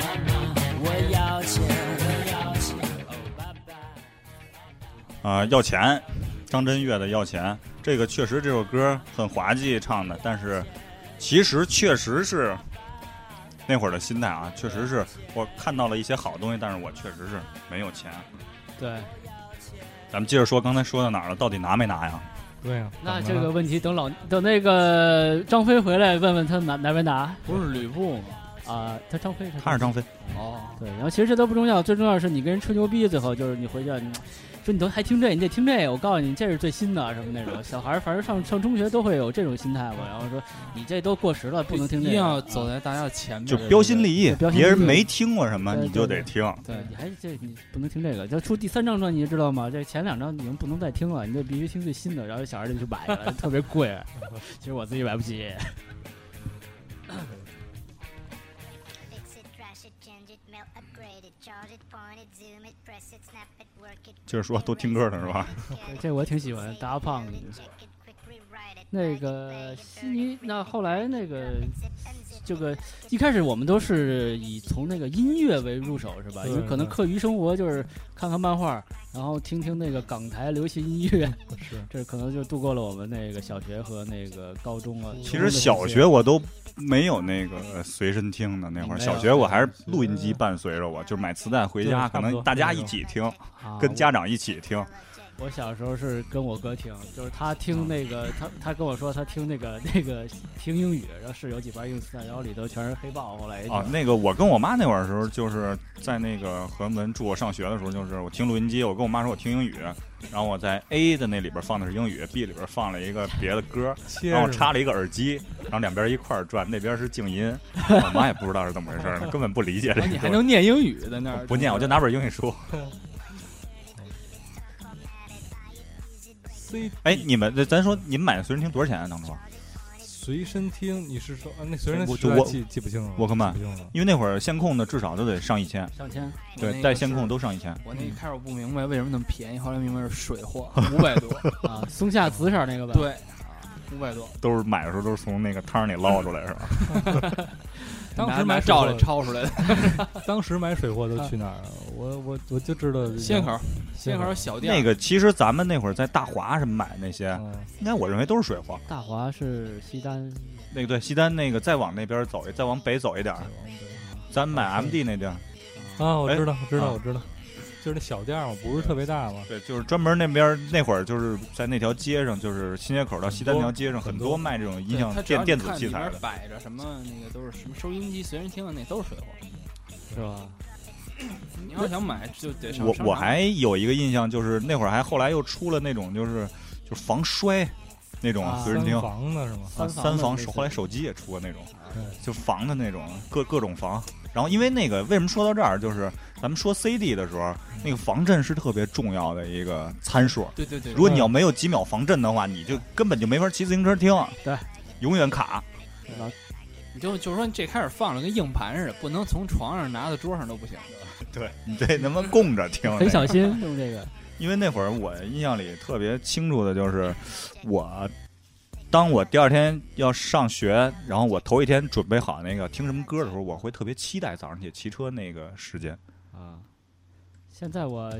妈妈，我要钱，我要钱。哦，爸爸。
啊、要钱，张震岳的要钱，这个确实这首歌很滑稽唱的，但是其实确实是那会儿的心态啊，确实是我看到了一些好东西，但是我确实是没有钱。
对，
咱们接着说，刚才说到哪儿了？到底拿没拿呀？
对呀，
那
怎
这
么
个
了
问题等老等那个张飞回来问问他哪哪边拿
不是吕布吗？
啊？他张飞，
他是张飞，
哦，
对，然后其实这都不重要，最重要的是你跟人吹牛逼，最后就是你回去啊，你说你都还听这，你得听这，我告诉你这是最新的啊什么那种。小孩儿反正上上中学都会有这种心态嘛，然后说你这都过时了，不能听这
一
个，
定要走
啊。
在大家前面，
就标新立异，
对标新立异
别人没听过什么，
对
你就得听。
对。
对
嗯
对，
你还这你不能听这个，就出第三张专辑知道吗？这前两张已经不能再听了，你就必须听最新的。然后小孩儿就去买了， 特别 贵。其实我自己买不起。
Fix it, trash it, change it, melt, upgrade it, charge it, point it, zoom it, press it, snap it, work it.
就是说都听歌的是吧？
这我也挺喜欢，大胖。那个悉尼，那后来那个这个一开始我们都是以从那个音乐为入手是吧？
对
因为可能
对
课余生活就是看看漫画，然后听听那个港台流行音乐，
是
这可能就度过了我们那个小学和那个高中啊。
其实小学我都没有那个随身听的，那会儿
没有嗯
小学我还是录音机伴随着我，就是买磁带回家，
对差
可
不多
能大家一起听，
啊
跟家长一起听。
我小时候是跟我哥听，就是他
嗯
听那个，他他跟我说他听那个那个听英语，然后是有几班英语四，然后里头全是黑豹，后来
啊，那个我跟我妈那会儿的时候，就是在那个和门住，我上学的时候，就是我听录音机，我跟我妈说我听英语，然后我在 A 的那里边放的是英语，B 里边放了一个别的歌，
切
然后我
是
插了一个耳机，然后两边一块儿转，那边是静音， 我妈也不知道是怎么回事 儿，根本不理解这
然
个。
后哦你还能念英语在那儿？
不念，我就拿本英语书。
C
哎，你们咱说你们买的随身听多少钱啊？当初
随身听，你是说啊那随身
我
听
就
实在
我
记记不清了，
我看吧
记不清了。
因为那会儿线控的至少都得上一千，
上千。
我那
对，
个
带线控
是。
都上一千。
我那一开始我不明白为什么那么便宜，后来明白是 水货，五百多。
啊，松下紫色那个吧？，
对，五百多。
都是买的时候都是从那个汤里捞出来是吧？
当
拿
时
拿
买
照
水
着
货
抄出来的，
当时买水货都去哪儿啊？我我我就知道
线口，那会儿有小店儿
那个其实咱们那会儿在大华什么买那些，
嗯，
应该我认为都是水货。
大华是西单，
那个对，西单那个再往那边走，再往北走一点儿，咱买 MD 那地儿，
啊，我
啊哎
知道，我知
啊
道，我知道，就是那小店儿嘛，不是特别大嘛，
对，就是专门那边儿那会儿就是在那条街上，就是新街口到西单那条街上，
很多
很多卖这种音响
对它只要
电电
你
子
看
器
里
材
面
的。
摆着什么那个都是什么收音机随身听的那都是水货。
是吧？
你要想买就得上
我
商
我
场
还有一个印象就是那会儿还后来又出了那种就是就是防摔那种
啊
随身听
三，房的是吗？
啊
三
三
防
防
的
手，
那
后来手机也出过那种
对，
就防的那种各各种防。然后因为那个为什么说到这儿，就是咱们说 CD 的时候，那个防震是特别重要的一个参数。
对对对，
如果你要没有几秒防震的话，你就根本就没法骑自行车听，
对，
永远卡。
你就就是说你这开始放着跟硬盘似的，不能从床上拿到桌上都不行。
对你这他妈供着 听，
很小心用这个，
因为那会儿我印象里特别清楚的就是，我当我第二天要上学，然后我头一天准备好那个听什么歌的时候，我会特别期待早上起骑车那个时间。
啊。现在我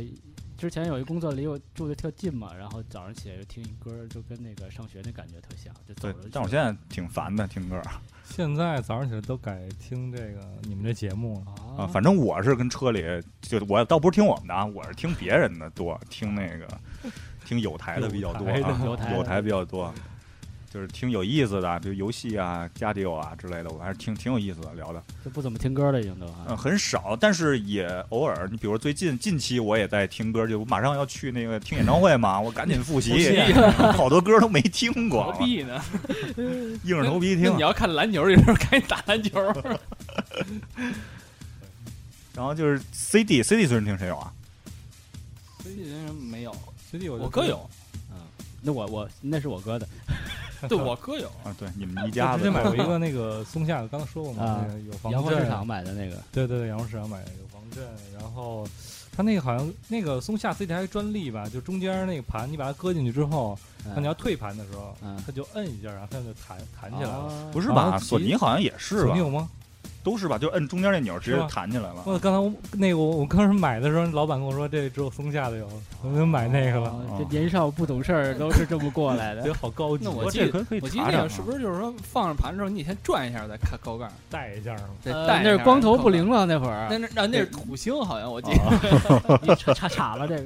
之前有一工作离我住的特近嘛，然后早上起来就听一歌，就跟那个上学那感觉特像，就走
对
着，
但我现在挺烦的听歌啊，
现在早上起来都改听这个你们这节目了，
啊，
反正我是跟车里就我倒不是听我们的啊，我是听别人的多，听那个听有台的比较多、啊，
有台的
有台比较多，就是听有意思的，比如游戏啊、家里有啊之类的，我还是挺挺有意思的聊的。
就不怎么听歌了，已经都啊。
嗯，很少，但是也偶尔。你比如最近近期我也在听歌，就马上要去那个听演唱会嘛，我赶紧复习， 好多歌都没听过
何，必呢？
硬着头皮
那
听
你。要看篮球的时候赶紧打篮球。
然后就是 CD，CD 随身听谁有啊？
最近没有，
最近我
我哥有，
那我我那是我哥的，
对我哥有，
啊，对，你们一
就
家
直
子
接买过一个那个松下，刚才说过嘛
啊，
那个有防
阳光
震
市场买的那个，
对对对，阳光市场买的有防震，然后它那个好像那个松下 CD 还专利吧，就中间那个盘你把它搁进去之后，
啊
那你要退盘的时候，
嗯
它就摁一下，然后它就弹弹起来了。
啊，
不
是
是
然
吧？
后
索尼好像也是
索
吧
尼？有吗？
都是吧？就摁中间那钮儿，直
是
接
吧
弹起来了。
我刚才我那个我我刚才买的时候，老板跟我说这只有松下的有，我就买那个
哦
了，
哦这年少不懂事儿，都是这么过来
觉得
的。
好高级。
那我
我
记
这可可以
我记
查
得那
查
个是不是就是说放上盘之后你得先转一下再看高杠，
带一下嘛，
再
呃
带一下
那是光头不灵
高
了，那会儿
杠。 那那那是土星好像我记得。
啊？
你查查查了这个。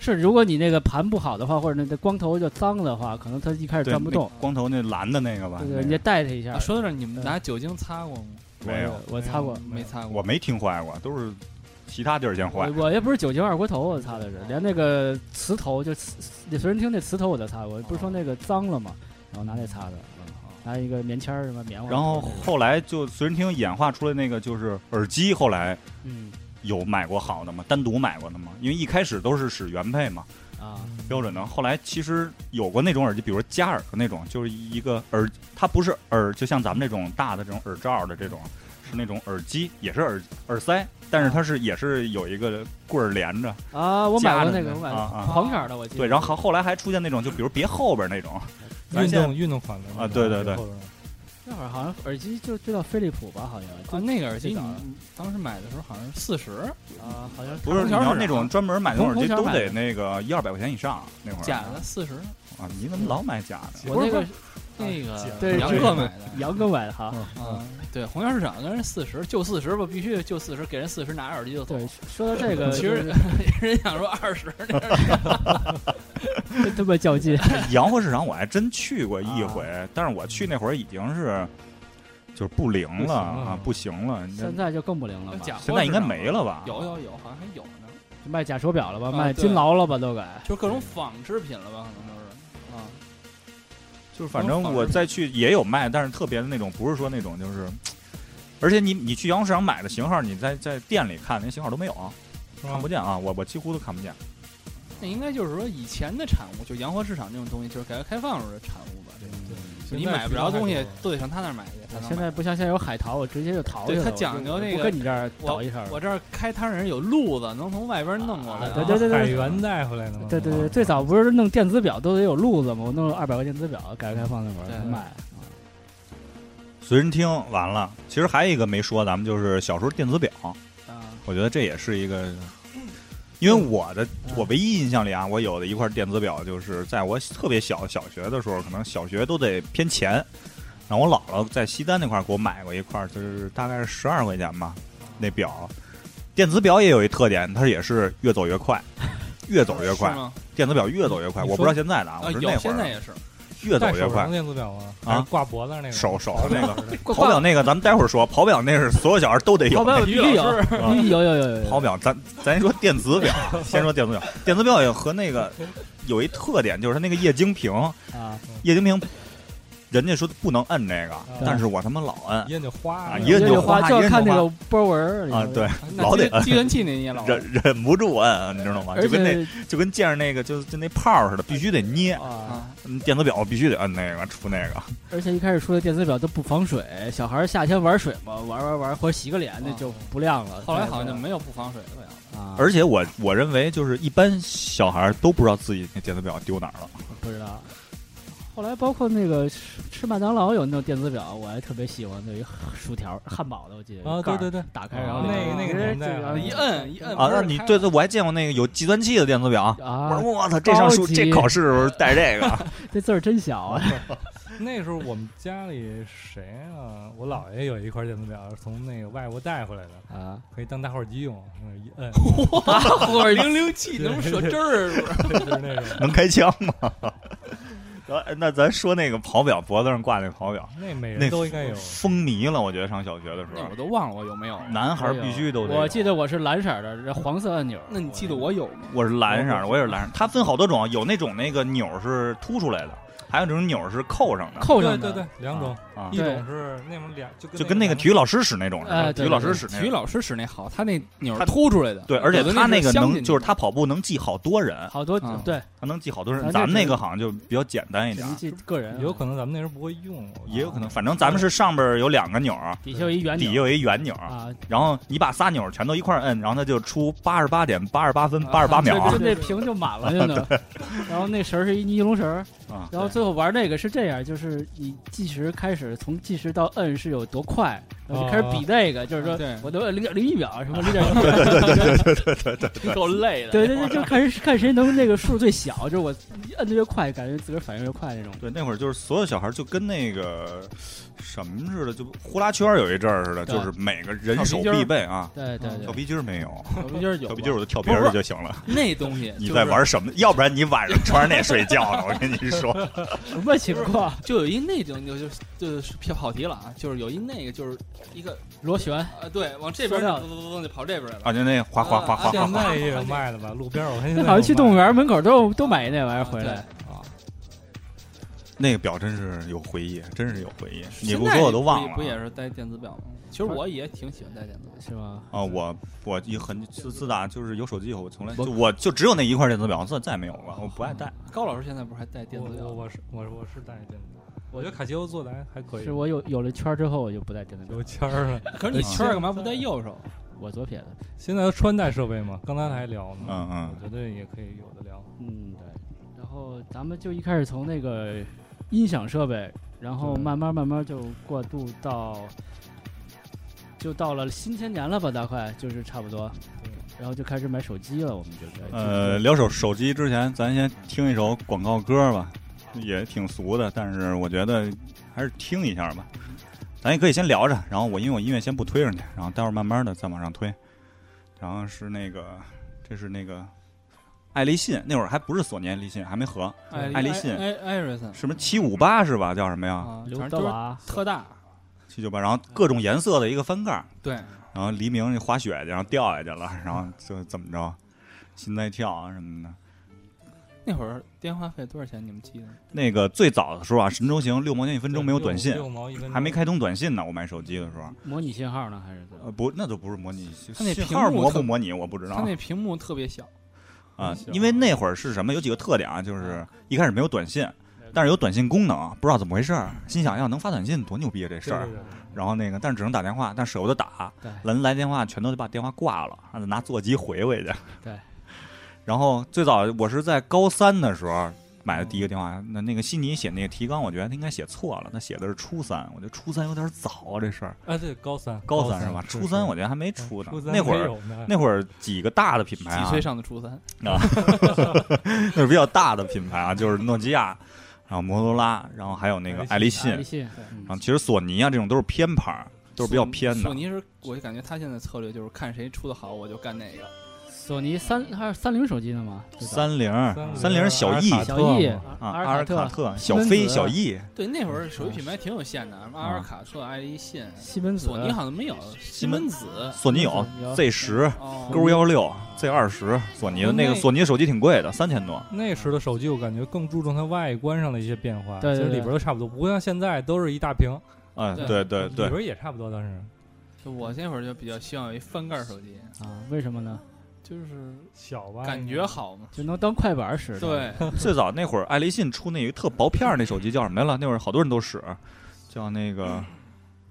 是，如果你那个盘不好的话，或者那那光头就脏的话，可能他一开始
对，
转不动
那，光头那蓝的那个吧
对？对，
那
你
个
得带他一下
啊。说嗯到这儿，你
嗯
们拿酒精擦过吗？
没有，
我擦过，
没擦过。
我没听坏过，都是其他地儿先坏
我。我也不是酒精二锅头，我擦的是，连那个磁头就磁，你随身听那磁头我都擦过，不是说那个脏了吗？然后拿那擦的，嗯拿一个棉签儿什么棉花。
然后后来就随身听演化出来那个就是耳机，后来
嗯
有买过好的吗？单独买过的吗？因为一开始都是使原配嘛，
啊
标准的。后来其实有过那种耳机，比如说夹耳朵那种，就是一个耳，它不是耳，就像咱们这种大的这种耳罩的这种，是那种耳机，也是耳耳塞，但是它是也是有一个棍儿连着。
嗯
啊！我买
夹
过
着
那
呢
个，我买
啊啊
过黄色儿的，我记得。
对，然后后来还出现那种，就比如别后边那种，咱
运
现在
动运动款的那
啊
种
对对对
后边儿
那会儿好像耳机就就叫飞利浦吧，好像
啊，
就
那个耳机
最
你
早的
你当时买的时候好像是四十，
啊，好像
不是你
条
要
是
那种专门买那种耳
红
机
条
都
买
得
的
那个一二百块钱以上那会儿
假的四十，
啊，你怎么老买假的？
我那
不
个啊
是那个
对
呃杨
这
哥
个
买的。
杨哥买的哈。
啊，对，红桥市场跟人四十，就四十吧，必须就四十，给人四十拿着耳机就走
对。，说到这个，
其实人想说二十，
真他妈较劲，
洋货市场我还真去过一
啊
回，但是我去那会儿已经是就是不灵
不行
了
了
啊，不行了。
嗯
你这
现在就更不灵了吧？
假货
现在应该
市场
没了吧？
有有有，好像还有呢，
就卖假手表了吧？
啊
卖
对
金劳了吧？都给
就各种仿制品了吧，可能就是啊，
就是反正我再去也有卖，但是特别的那种，不是说那种就是，而且你你去洋货市场买的型号，你在在店里看那型号都没有啊，
是吧
看不见啊，我我几乎都看不见。
那应该就是说以前的产物，就洋货市场这种东西，就是改革开放时候的产物吧。这种
对
你买不着东西，都得上他那儿买去。他能
现在
买
不像现在有海淘，我直接就淘去
对
了。
他
我就
讲究那
不
个
跟你这儿倒一下儿。
我这儿开摊儿人有路子，能从外边弄过来。
啊对对对对
海源带回来的嘛，
对对对，最早不是弄电子表都得有路子吗？我弄了二百块电子表，改革开放那会
对
儿
对
卖啊
随身听完了，其实还有一个没说，咱们就是小时候电子表，
啊，
我觉得这也是一个因为我的我唯一印象里啊，我有的一块电子表，就是在我特别小小学的时候，可能小学都得偏前，然后我姥姥在西单那块儿给我买过一块儿，就是大概是十二块钱吧，那表。电子表也有一特点，它也是越走越快，越走越快
是。吗？
电子表越走越快，
你
我不
说
知道现在的啊，
啊，
我是那
有，
会
现在
儿
也是。
越走
戴
越
手上
快。
电子表吗？
啊
还是挂脖子上那个？
手手哦的那 个
挂
跑表那个，咱们待会儿说，跑表那是所有小孩都得有
跑
那个。
表必须有，
啊
必须有有有有有
跑表，咱咱先说电子 表，先说电子表。电子表也和那个有一特点，就是它那个液晶屏，
啊，
液晶屏，人家说不能摁那个，
对
但是我他妈老摁
一摁就花
啊
了，
一摁
有
就
有花
花
就
一
要
摁
看
就
那
花
个波纹儿
啊，对，
那
老得
计计算器那你也老摁
忍忍不住摁，你知道吗？
哦而
就跟那
且
就跟见着那个就就那泡似的，必须得捏。
啊，
啊，
嗯电子表必须得摁那个，出那个。
而且一开始出的电子表都不防水，小孩儿夏天玩水嘛，玩玩玩或者洗个脸那
啊
就不亮了。
后来好像就没有不防水的 了。
啊，
而且我我认为就是一般小孩都不知道自己那电子表丢哪儿了。
不知道。后来包括那个吃吃麦当劳有那种电子表，我还特别喜欢，那有一薯条汉堡的，我记得
啊，对对，对，
打开然后
那
里
个那个年代啊
一摁一摁
啊，那你对对，我还见过那个有计算器的电子表。我
啊
说，我操，这上数
高级
这考试的时候带这个，
这字儿真小啊！
那时候我们家里谁啊？我姥爷有一块电子表，是从那个外国带回来 的，
啊，
可以当打火机用，那一摁
打 火零零七能射针儿是不是？
就是那种。
能开枪吗？然后那咱说那个跑表，脖子上挂那跑表，
那每
那
人都应该有，
风靡了。我觉得上小学的时
那我
候，
都忘了我有没有。
男孩必须都得有
啊我记得我是蓝色儿的，这黄色按钮。
那你记得我有吗？
我是蓝色的，我也是蓝色。它分好多种，啊有那种那个钮儿是凸出来的，还有那种钮儿是扣上的，
扣
对
上
对
的
对，两种，
啊
一，
对
种是那种俩，就跟
就跟那个体
育
育老师使那种似的，
哎
体
对
育老师
对
使那
体育
种。
老师使那好，他那钮
他
儿凸出来的。
对，而且
有的
他
那
个
镶
能
进
就是
去
他跑步能记好多人，
好多
啊
对，
他能记好多人。
咱
咱们
这
那个好像就比较简单一
只
点
能，记个人啊，
有可能咱们那时候不会用，
也有可能。反正咱们是上边有两个钮儿，
底下有一圆
底下
钮
有一圆钮儿，
啊，
然后你把仨钮儿全都一块儿摁，然后它就出八十八点八十八分
啊
八 十八秒
就
啊。
那屏就 满了，就能。然后那绳儿是一尼龙绳儿
啊，
然后最后玩那个是这样，就是你计时开始，从计时到摁是有多快，然后就开始比那个，就是
啊
说
对
我都零点零一秒什么零点一秒，对对对对对
挺 够累 的。
对对， 就看谁看谁能那个数最小，就是我摁的越快，感觉自个儿反应越快那种。
对，那会儿就是所有小孩就跟那个什么似的，就呼啦圈儿有一阵儿似的，
对
就是每个人手
跳皮筋儿
必备啊。
对对对
跳，皮筋儿没有，
小皮筋儿有
跳
吧，
皮筋儿我就跳别人儿就行了。
那东西
你
就
在
是
玩什么？要不然你晚上穿着那睡觉呢？我跟你说，
什么情 况？
就有一那种就是就是偏跑题了啊，就是有一那个就是一个
螺旋
呃，对，往这边
塑料
儿咚咚咚咚就跑这边来了。
啊，就那哗哗哗哗哗
啊现
哗，
在也有卖的吧？路边儿我看现
那
在
好像去动物园
有卖
门口都都买那玩意儿回来。
对啊，
那个表真是有回忆，真是有回忆。你
现
不
在
说我都忘了。
不也是戴电子表吗？其实我也挺喜欢戴电子表
是吗？
啊，我我一很自自打就是有手机以后，我从来
我
就我就只有那一块电子表，再再也没有了，我不爱戴。
的。高老师现在不是还戴电
我
子表
我
吗？
我是我我是戴电子表，我觉得卡西欧做的还还可以
是，我有有了圈儿之后，我就不戴电子表
有，签儿了。
可是你圈儿干嘛不戴右手？
我左撇子。
现在都穿戴设备嘛，刚才还聊呢，
嗯嗯
我觉得也可以有的聊。
嗯，对。然后咱们就一开始从那个音响设备，然后
对
慢慢慢慢就过渡到，就到了新千年了吧，大概就是差不多
对。
然后就开始买手机了，我们就在
呃，，聊手手机之前，咱先听一首广告歌吧，也挺俗的，但是我觉得还是听一下吧。咱也可以先聊着，然后我因为我音乐先不推上去，然后待会儿慢慢的再往上推。然后是那个，这是那个爱立信，那会儿还不是索尼爱立信，还没合，
哎
爱立信哎
艾艾瑞森
什么七五八是吧？叫什么呀？
啊，
刘
反正
德
就是
华
特大，
七九八，然后各种颜色的一个翻盖儿，
对，
然后黎明滑雪去，然后掉下去了，然后就怎么着，心在跳啊什么的。
那会儿电话费多少钱？你们记得吗？
那个最早的时候啊，神州行六毛钱一分钟没有短信，
六毛一分钟
还没开通短信呢。我买手机的时候，
模拟信号呢，还是怎么
呃，不，那都不是模拟，
嗯它那
信
屏
号
幕
模
特
不模拟我不知
它
道
那屏幕特别小，
啊
小，
因为那会儿是什么？有几个特点啊，
嗯
就是一开始没有短信，但是有短信功能，啊不知道怎么回事儿，心想哎要能发短信多牛逼啊这事
对
儿
对。对
然后那个，但是只能打电话，但舍不得打
对，
人来电话全都得把电话挂了，还得 拿座机回回去。
对。
然后最早我是在高三的时候买的第一个电话。那那个悉尼写那个提纲，我觉得他应该写错了，他写的是初三，我觉得初三有点早啊，这事儿。
啊，对，高三，
高三是吧？初三我
就
觉得还没出呢
初，三
那会
没
儿
有呢
那会儿几个大的品牌
几
啊
岁，上的初三？
啊， 那是比较大的品牌啊，就是诺基亚，然后摩托罗拉，然后还有那个爱立信，
爱立信
然后其实索尼啊这种都是偏牌儿，都是比较偏的
索。尼是，我就感觉他现在策略就是看谁出的好，我就干哪个。
索尼三还是三菱手机呢吗？最早
三菱儿，三
三
菱
菱
儿
儿
小 E
阿
啊
尔法
小翼、
阿尔
阿
阿尔卡
特、
特、
西
小
门子
飞、小 E、
对，那会儿手机品牌挺有限的，什么阿尔卡特、爱立信、
西门子、
索尼好像没有，
嗯
西门子。
索尼有嗯
有
Z 十、
哦，
勾幺六、Z 二十，索尼的那个
那
索尼的手机挺贵的，三千多。
那时的手机，我感觉更注重它外观上的一些变化，
对对
其实
对
里边都差不多，不像现在都是一大屏，
嗯，对
对
对
里
对，
边也差不多。当时
就我那会儿就比较希望有一翻盖手机，
啊？为什么呢？
就是
小
哦
吧，
感觉好嘛。
就能当快板使的。，
对，
最早那会儿爱立信出那有一特薄片儿那手机叫什么来了？那会儿好多人都使，叫那个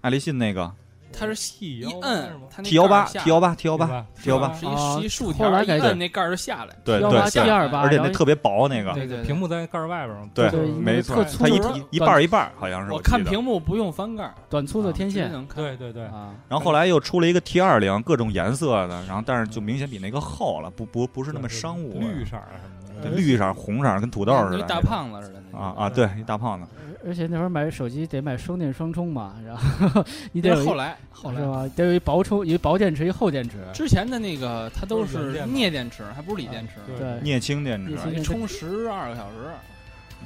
爱立信那个
它是
细
一
腰是
摁
吗，
它那
T 幺
盖
八
儿下
T 幺八 T 幺八，
吧？
T18
吧
是
哦
一是一竖
后
条，
来
一
改
摁那盖儿就下来。
对
幺
对
八七
对，
二八，
而且
然
那
后
特别薄那个，
对
那个屏幕在盖儿外边儿嘛，
对
对
对
没错
特，粗
它一
就是
一一半儿一半儿好像是。
我
记
看
得
屏幕不用翻盖儿，
短粗的
啊
天
直接
线
能看。
对对对，
啊，
然后后来又出了一个 T 二零，各种颜色的，然后但是就明显比那个厚了，不不不是那么商务了，
绿色儿啊什么
对
的，
绿色、红色跟土豆似
那
的，
嗯大胖嗯子似的那种
啊啊，对，一大胖子，
而而且那会儿买手机得买双电双充嘛，然后 你得
但
有
是
一
后来后
是
来
吧？得有一薄充，有一薄电池，一厚电 池。啊
之前的那个它都
都是
是
原
镍电池，还不是锂电池，
对
对，
镍氢电池
镍，氢
一充十二个小时。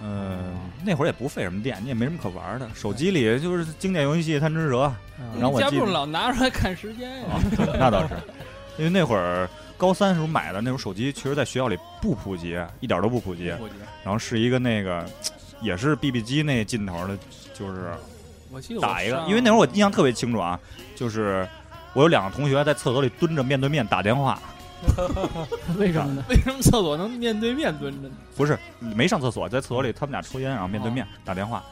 嗯，那会儿也不费什么电，你也没什么可玩的，手机里就是经典游戏《贪吃 蛇》，
啊
然后我
你家
记得
不老拿出来看时间呀
啊？，那倒是，因为那会儿高三时候买的那种手机，其实在学校里不普及，一点都不普及。
我记得
然后是一个那个，也是 BB 机那劲头的，就是
我记得我
打一个，
上
因为那会儿我印象特别清楚啊，就是我有两个同学在厕所里蹲着面对面打电话，
为什 么呢？
为什么厕所能面对面蹲着呢？
不是
嗯
没上厕所，在厕所里他们俩抽烟，然后面对
哦
面打电话，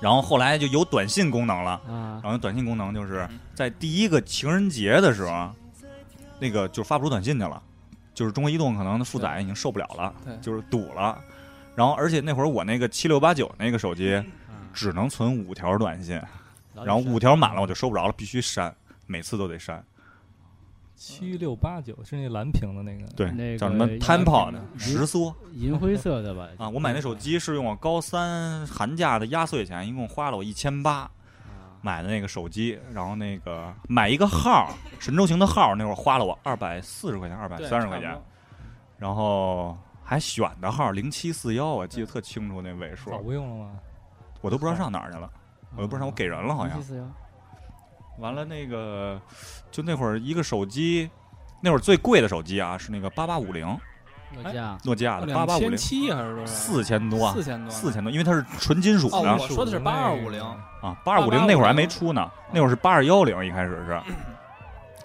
然后后来就有短信功能了。
啊
然后短信功能就是
嗯
在第一个情人节的时候，那个就发不出短信去了，就是中国移动可能负载已经受不了了
对，
就是堵了。然后而且那会儿我那个七六八九那个手机只能存五条短信，嗯然后五条满了我就收不着了，必须删，每次都得删。
七六八九是那蓝屏的那个，
对，
那个
叫什么
要
t e m p o 的
嗯
时缩
银灰色的吧？
啊！我买那手机是用我高三寒假的压岁钱，一共花了我一千八。
啊
买的那个手机，然后那个买一个号，神州行的号，那会儿花了我二百四十块钱，二百
对
哎三十块，
差
钱
不，多
然后还选的号零七四幺，我记得特清楚那尾数
早，不用了吗？
我都不知道上哪儿去了，我都不知道我给人了好像
一。
嗯
四幺
完了那个，就那会儿一个手机，那会儿最贵的手机啊是那个八八五零，
诺基亚
诺基亚的八
两
八五零
千，七还是多少？
四千多啊
四，千多，
四。千多，因为它是纯金属
哦，
的
我说的是八二五零，
啊，八二五零
8850
那会儿还没出呢，那会儿是八二幺零一开始是。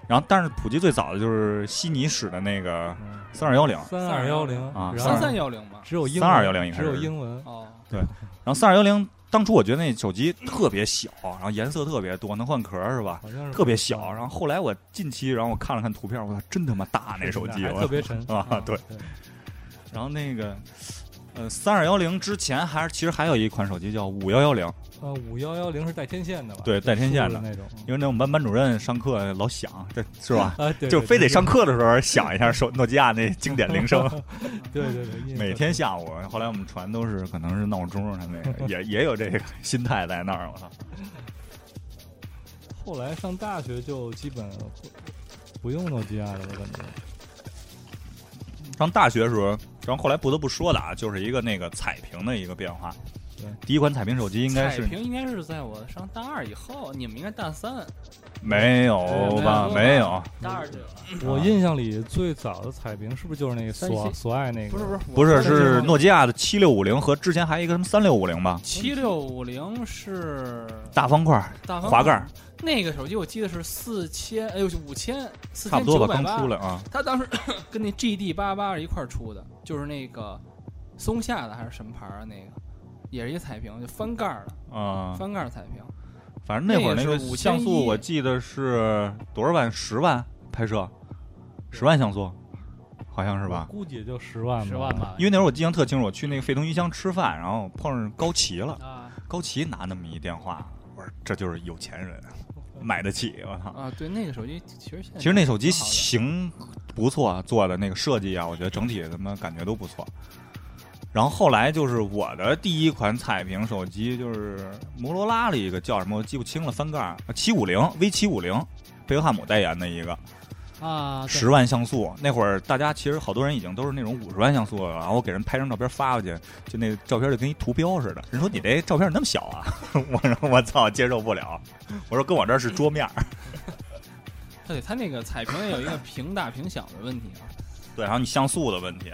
然后，但是普及最早的就是悉尼使的那个
嗯
三二幺零，
三二幺零
啊
然后
三三幺零嘛。
只有英文
3210应该
只
是
有英文，
哦，
然后三二幺零，当初我觉得那手机特别小，然后颜色特别多，能换壳是吧？
好像是
特别小。然后后来我近期，然后我看了看图片，我操，真他妈大那手机，
还
我
特别沉
啊 对。然后那个，呃，三二幺零之前还是其实还有一款手机叫五幺幺零，
呃，五幺幺零是带天线的吧？
对带天线的
竖着那种，
因为那我们班班主任上课老响，这是吧？
啊，对，
就
对
非得
对
上课的时候响一下手诺基亚那经典铃声，
对对对，印象
每天下午。后来我们传都是可能是闹钟啊上那个，也也有这个 心态在那儿，我操。
后来上大学就基本不用诺基亚了，我感
啊
觉。
上大学的时候，然后后来不得不说的啊，就是一个那个彩屏的一个变化
对。
第一款彩屏手机应该
彩
是
屏应该是在我上大二以后，你们应该大三，
没有吧？没
没
有，
大二就有了。
我印象里最早的彩屏是不是就是那个索索爱那个？
不是不是
不是是诺基亚的七六五零和之前还有一个什么三六五零吧？
七六五零是
大方块儿
大方
滑盖儿，
那个手机我记得是四千，哎呦五千，四
差
千
不多
九
吧，
百
刚
八。
出来啊。
它当时 跟那 GD 八八一块儿出的，就是那个松下的还是什么牌儿啊？那个也是一彩屏，就翻盖儿的，
啊、
翻盖儿彩屏。
反正那会儿那
那
个
个是5100
像素我记得是多少万？十万拍摄，十万像素，好好像是吧？
估计也就十
哎
万吧，
十万吧，
因为那会儿我印象特清楚，我去那个沸腾鱼香吃饭，然后碰上高奇了，
啊，
高奇拿那么一电话，我说这就是有钱人，买得起，我操！
啊，对，那个手机其实现在
其实那手机
挺好的
型不错，做的那个设计啊，我觉得整体他妈感觉都不错。然后后来就是我的第一款彩屏手机，就是摩托罗拉的一个叫什么我记不清了，翻盖七五零 V 七五零，贝克汉姆代言的一个，
啊，对
十万像素。那会儿大家其实好多人已经都是那种五十万像素了，然后我给人拍张照片发过去，就那照片就跟一图标似的。人说你这照片那么小啊， 我说我操，接受不了。我说跟我这儿是桌面儿，
对它那个彩屏也有一个屏大屏小的问题啊。
对，然后你像素的问题。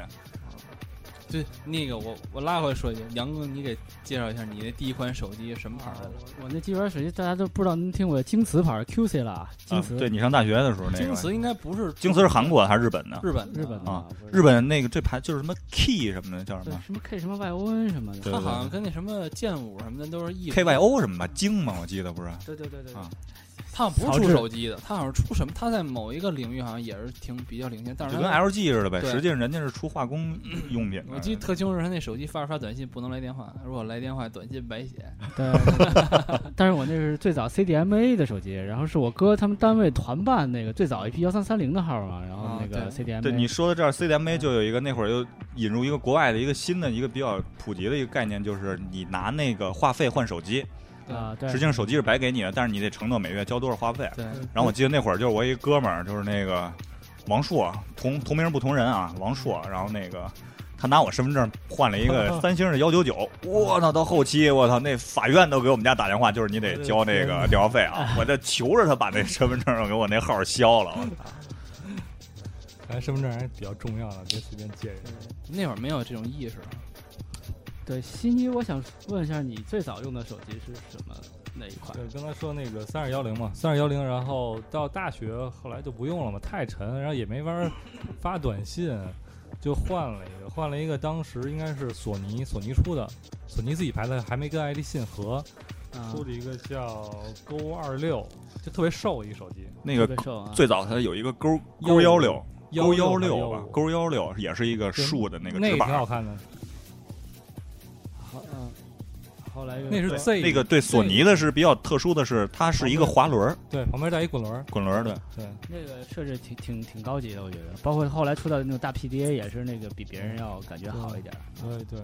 对，那个我我拉回来说一句，杨哥，你给介绍一下你那第一款手机什么牌儿的？
啊我我那机玩手机大家都不知道，您听过京瓷牌 QC 了，京瓷、
啊、对你上大学的时候那个
京瓷应该不是
京瓷是韩国的还是日本的？
日本的
日本的
啊
不是
日本那个这牌就是什么 Key 什么的叫什
对
么
什么 K 什么 YON 什么的，
对
它好像跟那什么剑舞什么的都是一
K Y O 什么吧，京嘛我记得不是。
对对对对对
啊
它好像
曹
不是
志
出手机的，它好像出什么？它在某一个领域好像也是挺比较领先，但是
就跟
它
LG 似的呗，
对
实际上人家是出化工用品的。
我记得特清楚，他那手机发着发短信不能来电话，如果来电话短信白写。
对， 但是我那是最早 CDMA 的手机，然后是我哥他们单位团办那个最早一批幺三三零的号嘛，然后
啊
那个
对
CDMA，、
对你说到这
嗯
儿，CDMA 就有一个那会儿又引入一个国外的一个新的一个比较普及的一个概念，就是你拿那个话费换手机，
啊，对
实际上手机是白给你的，但是你得承诺每月交多少话费。
对，
然后我记得那会儿就是我一哥们儿，就是那个王硕，同同名不同人啊，王硕。然后那个他拿我身份证换了一个三星的幺九九，我操！到后期我操，那法院都给我们家打电话，就是你得交那个电话费啊！我这求着他把那身份证给我那号消了。我操
咱哎身份证还是比较重要的，别随便借人。
那会儿没有这种意识，
对，悉尼，我想问一下你最早用的手机是什么哪一款
对，刚才说那个三二幺零嘛，三二幺零，然后到大学后来就不用了嘛，太沉，然后也没法儿发短信，就换了一个，换了一个，当时应该是索尼，索尼出的，索尼自己牌子还没跟爱立信合，
啊？
出了一个叫勾二六，就特别瘦一手机，
那个
特别瘦啊，
最早它有一个勾勾幺六，勾幺六
六
吧，勾幺六也是一个
对
竖的那
那
个
那
直
挺好
板。
看的，
好嗯，后来又
那是
对
Z
那个对索尼的是比较特殊的是，它是一个滑轮儿，
对，旁边带一滚轮儿，
滚轮儿的。
对，
那个设置挺挺挺高级的，我觉得，包括后来出到的那种大 PDA 也是那个比别人要感觉好一点儿，
对对，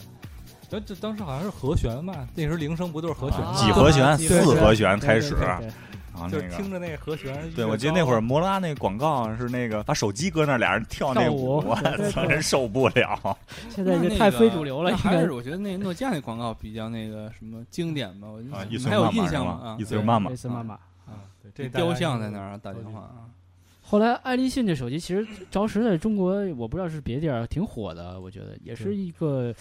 然后这当时好像是和弦吧，那时候铃声不都是和弦吗？
啊
几和弦、
几
四
和弦
和弦开
对
始，啊
对
然后
对对
就
那
是
个
听着那和弦。
对，我记得那会儿摩托罗拉那广告是那个把手机搁那儿，俩人跳那
跳舞
我
对对
操，
对
真受不了。
现在
那
就
那
太
个
非主流了，
那
应
还
该
是我觉得那诺基亚那广告比较那个什么经典吧，我觉
啊
得
一
你
次
嗯还
妈
有
妈
印
是
象
吗
吗？啊
一次
对
是妈妈
类似妈妈。
啊，对，
有
这
雕像在那儿啊打
大家
电
应该
话啊，
后来爱立信这手机其实着实在中国，我不知道是别地儿挺火的，我觉得也是
对
一个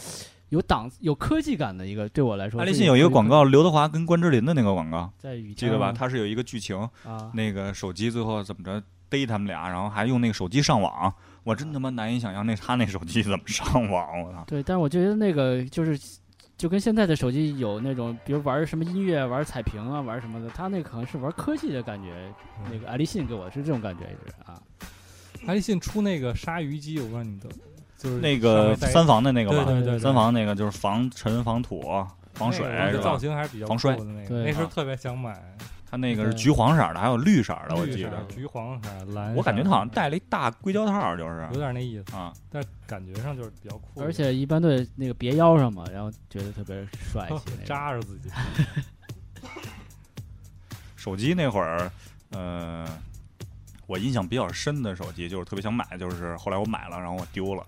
有档有科技感的一个，对我来说。
爱立信有一个广，告，刘德华跟关之琳的那个广告，
在雨
记得吧？它是有一个剧情，
啊，
那个手机最后怎么着逮他们俩，然后还用那个手机上网，我真他妈难以想象那他那手机怎么上网，我操！
对，但是我觉得那个就是。就跟现在的手机有那种，比如玩什么音乐、玩彩屏啊、玩什么的，它那可能是玩科技的感觉。
嗯
那个爱立信给我是这种感觉，一直啊，
爱立信出那个鲨鱼机，我不知道你都就是
那个
上面带一
三防的那个
对
吧，
对对，
三防那个就是防尘、防土、防水
那
是
个造
吧？
型还是比较
防摔
酷的那
对啊
个，那时候特别想买，
它那个是
对
橘黄色的，还有绿色的，我
绿
记
色哎
得。
橘黄色、蓝色，
我感觉它好像戴了一大硅胶套，就是
有点那意思，
啊，
但是感觉上就是比较酷，
而且一般对那个别腰上嘛，然后觉得特别帅气。那种
扎着自己。
手机那会儿，呃，我印象比较深的手机就是特别想买，就是后来我买了，然后我丢了，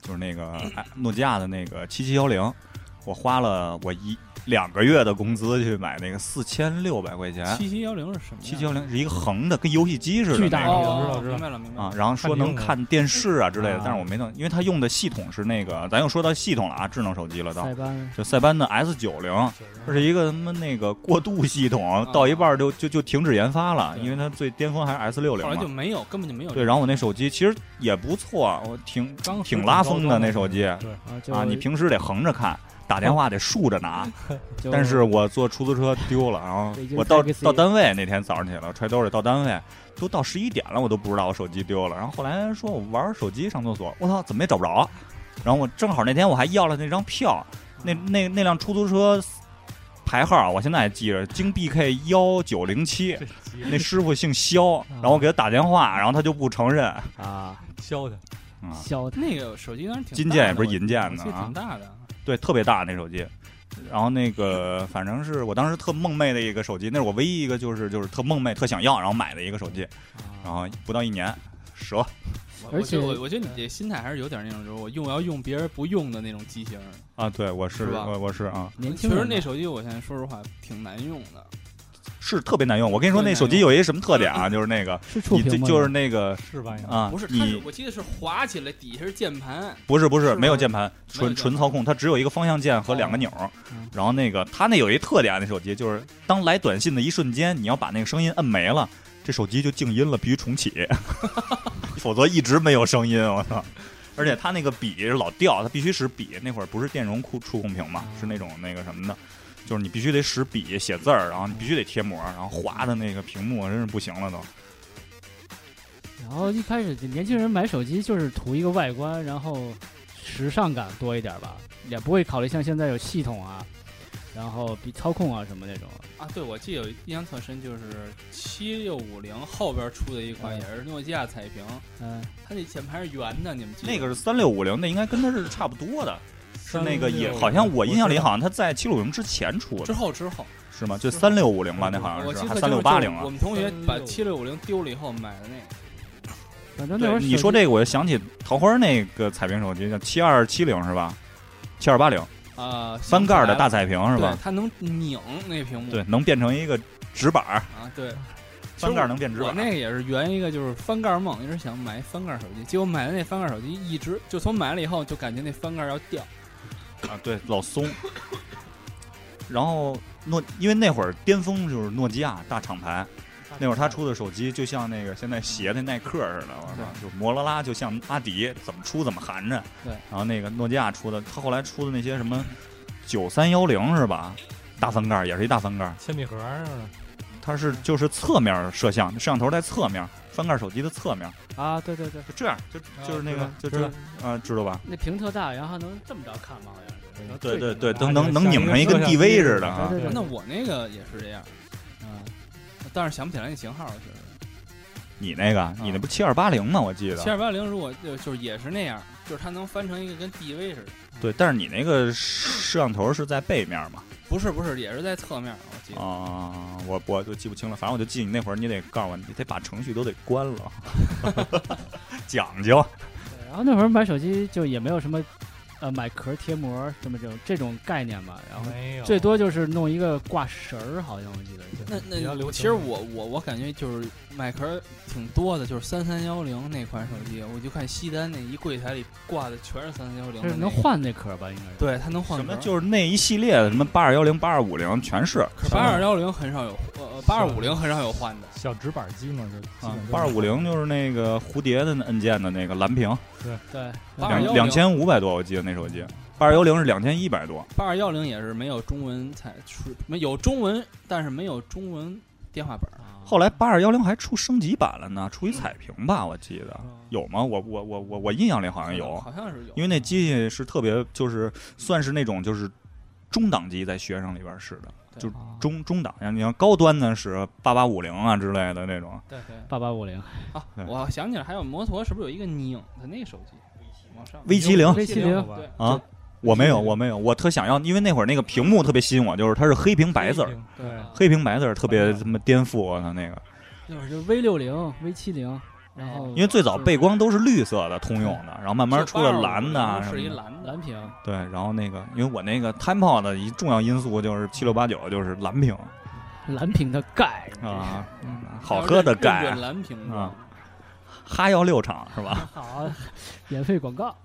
就是那个哎诺基亚的那个七七幺零，我花了我一两个月的工资去买那个四千六百块
哎
钱，
七七幺零是什么呀？
哎七七幺零是一个横的，跟游戏机似的那个，
巨大
哦
我知道
哦，
我知道
明白了明白
啊
了，。
然后说能看电视啊之类的
啊，
但是我没弄，因为它用的系统是那个，咱又说到系统了啊，智能手机了都
塞，班
就塞班的 S 九零，这是一个他妈那个过渡系
啊
统，到一半儿就就就停止研发了，
对
因为它最巅峰还是 S 六零
后来就
嘛。
没有，根本就没有。
对，然后我那手机其实也不错，我挺
刚
挺拉风的那手机
对，
啊，就
啊，你平时得横着看，打电话得竖着拿。
就
但是我坐出租车丢了，然后
北京
我到
taxi
到单位那天早上起来，我揣兜里到单位，都到十一点了，我都不知道我手机丢了。然后后来说我玩手机上厕所，我操，怎么也找不着。然后我正好那天我还要了那张票，那 那那辆出租车牌号我现在还记着，京 BK 幺九零七，那师傅姓
啊
肖，然后我给他打电话，然后他就不承认。
啊，
削的，
啊
消
那个手机当时挺
金
大
键
的
也不是
我
银键的
记得
啊
挺大的。
对，特别大那手机。然后那个，反正是我当时特梦寐的一个手机，那是我唯一一个就是就是特梦寐、特想要，然后买的一个手机。
啊
然后不到一年，折。
我
而
我觉得
且
我我觉得你这心态还是有点那种，就是我用我要用别人不用的那种机型。
啊，对，我是
是吧
我我是啊，
年
其
轻人
实
嘛
那手机我现在说实话挺难用的，
是特别难用。我跟你说，
特别
那
难
手机有一什么特点啊？就是那个，
是触
你
屏
就
吗？
就是那个
是吧？
啊，
不是它是
你
我记得是滑起来底下是键盘，
不是不
是
是
吗
没有键盘，
没有
纯
键
纯
盘
操控，它只有一个方向键和两个钮儿。
嗯
然后那个它那有一特点，那手机就是当来短信的一瞬间，你要把那个声音摁没了，这手机就静音了，必须重启， 否则一直没有声音。我操！而且它那个笔是老掉，它必须使笔。那会儿不是电容触触控屏嘛，
嗯
是那种那个什么的，就是你必须得使笔写字儿，然后你必须得贴膜，然后划的那个屏幕真是不行了都。
然后一开始就年轻人买手机就是图一个外观，然后时尚感多一点吧，也不会考虑像现在有系统啊，然后比操控啊什么那种。
啊，对，我记得有印象特深，就是七六五零后边出的一款
嗯
也是诺基亚彩屏，
嗯，
它那键盘是圆的，你们记得
那个是三六五零，那应该跟它是差不多的。是
是
那个也好像我印象里好像它在七六零之前出
之
的
后之后，
是吗？就三六五零吧，那好
我
像
记
是还
得就是
三六八零
就是我
啊。
们同学把七六
3650
五零丢了以后买的那个，
反正那
对，
会儿
你
手
说
机
这个我就想起桃花那个彩屏手机叫七二七零是吧？七二八零
啊，
翻盖的大
屏
彩屏是吧？
它能拧那屏幕，
对，能变成一个纸板儿，
啊，对，其实
翻盖能变纸
我
板
那
儿。
个也是圆一个就是翻盖梦，一直想买翻盖手机，结果买的那翻盖手机一直就从买了以后就感觉那翻盖要掉，
啊，对，老松。然后诺，因为那会儿巅峰就是诺基亚大厂牌，那会儿他出的手机就像那个现在鞋的耐克似的，我操，就摩托拉就像阿迪，怎么出怎么含着。
对，
然后那个诺基亚出的，他后来出的那些什么九三幺零是吧？大翻盖儿也是一大翻盖儿，
铅笔盒儿似的，
它是就是侧面摄像，摄像头在侧面，翻盖手机的侧面，
啊，对对对，
就这样，就就是那个
啊，
就
知道
就啊，知道吧？
那屏特大，然后能这么着看吗？好像是能
嗯对
对
对
着
对，
看
啊
能能能拧成一跟 DV 似的啊。
对对
那我那个也是这样，
嗯，
但是想不起来那型号了，其实。
你那个，你那不七二八零吗？我记
七
得。
二八零如果就就是也是那样，就是它能翻成一个跟 DV 似的，
对，但是你那个摄像头是在背面嘛？
不是不是，也是在侧面，我记得。
啊、我我就记不清了，反正我就记你那会儿，你得告诉我，你得把程序都得关 了，讲究。
对然后那会儿买手机就也没有什么，呃，买壳贴膜什么这种这种概念吧，然后
没有
最多就是弄一个挂绳儿，好像我记得是。
那
比较
那
流行
其实我我我感觉就是买壳儿挺多的，就是三三幺零那款手机，我就看西单那一柜台里挂的全是三三幺零，
就是能，换那壳儿吧，应该是。
对，它能换
什么
壳儿
就是那一系列的，什么八二幺零、八二五零，全是啊
可八二幺零很少有，呃，八二五零很少有换的。
小直板机嘛，就
啊。八二五零就是那个蝴蝶的那按键的那个蓝屏，
对，
八二
两
幺
两千五百多，我记得那手机。八二幺零是两千一百多，
八二幺零也是没有中文才出，没有中文，但是没有中文电话本儿。
后来八二幺零还出升级版了呢，出一彩屏吧，我记
哦
得有吗？我我我我我印象里好像有，
好像是有，
因为那机器是特别，就是算是那种就是中档机，在学生里边使的，
对
啊
就是中中档。像你要高端的是八八五零啊之类的那种，
对对
八八五零，
啊
对，
我想起来还有摩托，是不是有一个拧的那个手机？往上
V 七零
微七零
吧
对
啊，我没有，我没有，我特想要，因为那会儿那个屏幕特别吸引我，就是它是黑屏白字儿，，
对，
黑屏白字儿特别他妈颠覆我的那个，
那会儿就 V 六零、V 七零，然后
因为最早背光都是绿色的通用的，然后慢慢出了蓝的啊什
是一
么的。
蓝的，
蓝屏，
对，然后那个，因为我那个 Tempo 的一重要因素就是七六八九就是蓝屏
蓝屏的钙，
啊，好喝的
还有
钙
润润，蓝屏幕
啊哈药六厂是吧？
好，免费广告。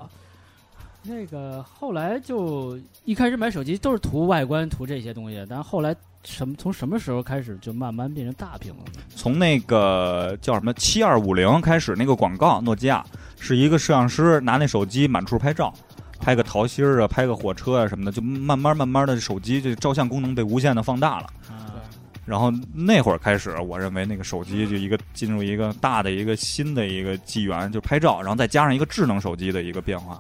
那个后来就一开始买手机都是图外观，图这些东西，但后来什么从什么时候开始就慢慢变成大屏了？
从那个叫什么七二五零开始，那个广告，诺基亚是一个摄像师拿那手机满处拍照，拍个桃心儿啊，拍个火车啊什么的，就慢慢慢慢的手机这照相功能被无限的放大了。
啊，
然后那会儿开始，我认为那个手机就一个进入一个大的一个新的一个纪元，就拍照，然后再加上一个智能手机的一个变化。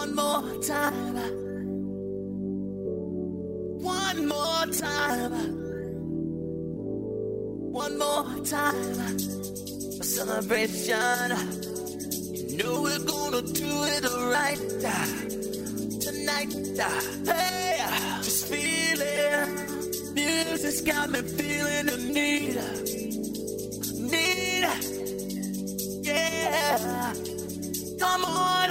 one more time. One more time. One more time. A celebration. Know we're gonna do it alright uh, tonight. uh, Hey, uh, just feeling. Music's got me feeling the need, uh, need. uh, Yeah, come on.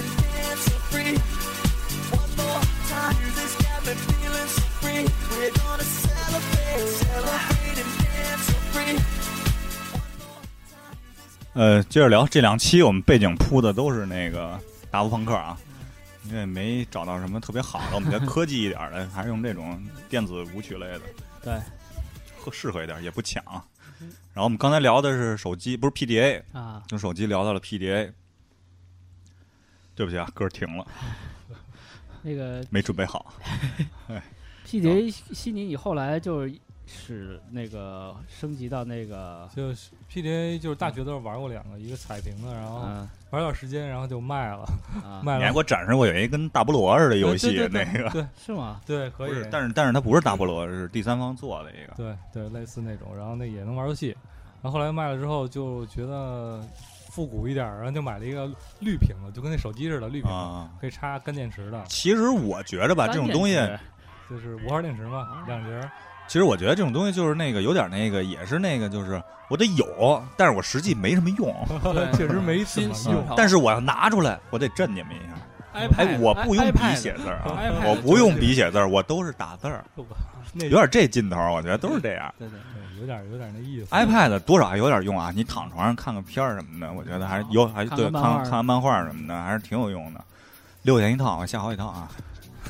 and dance so free. One more time, this got me feeling so free. We're gonna celebrate, celebrate and dance so free.
呃，接着聊这两期，我们背景铺的都是那个达夫朋克啊，因为没找到什么特别好的，我们觉得科技一点儿的，还是用这种电子舞曲类的，
对，
合适合一点，也不抢。啊
嗯
然后我们刚才聊的是手机，不是 PDA，
啊，
用手机聊到了 PDA。对不起啊，歌儿停了，
那个
没准备好。
PDA 悉尼，你后来就是使那个升级到那个，
就是 PDA 就是大学都是玩过两个，一个彩屏的，然后
嗯
玩点时间，然后就卖了，
啊，
卖
你还
了
给。我展啊示过有一个跟大菠萝似的游戏，
对对对
那个
对
是吗？
对，可
不
以
是，，但是但是它不是大菠萝，是第三方做的一个。
对对，类似那种，然后那也能玩游戏，然后后来卖了之后就觉得复古一点儿，然后就买了一个绿屏的，就跟那手机似的绿屏的，
啊，
可以插干电池的，
其实我觉着吧，这种东西，
干电池
就是五号电池
啊
嘛，两节儿。
其实我觉得这种东西就是那个有点那个，也是那个，就是我得有，但是我实际没什么用。 嗯
对
确实没怎
新
么
嗯
新
用。
潮
但是我要拿出来，我得震你们一下。哎，
iPad，
我不用笔
iPad
写字儿啊，
iPad
我不用笔写字儿，我都是打字儿，
那
有点这劲头儿，我觉得都是这样。
对对，
对有点有点那意思。
嗯
iPad 多少还有点用啊，你躺床上看个片儿什么的，我觉得还是有，还
看
对
个漫
看
画
看完漫画什么的，还是挺有用的。六块钱一套，下好几套啊！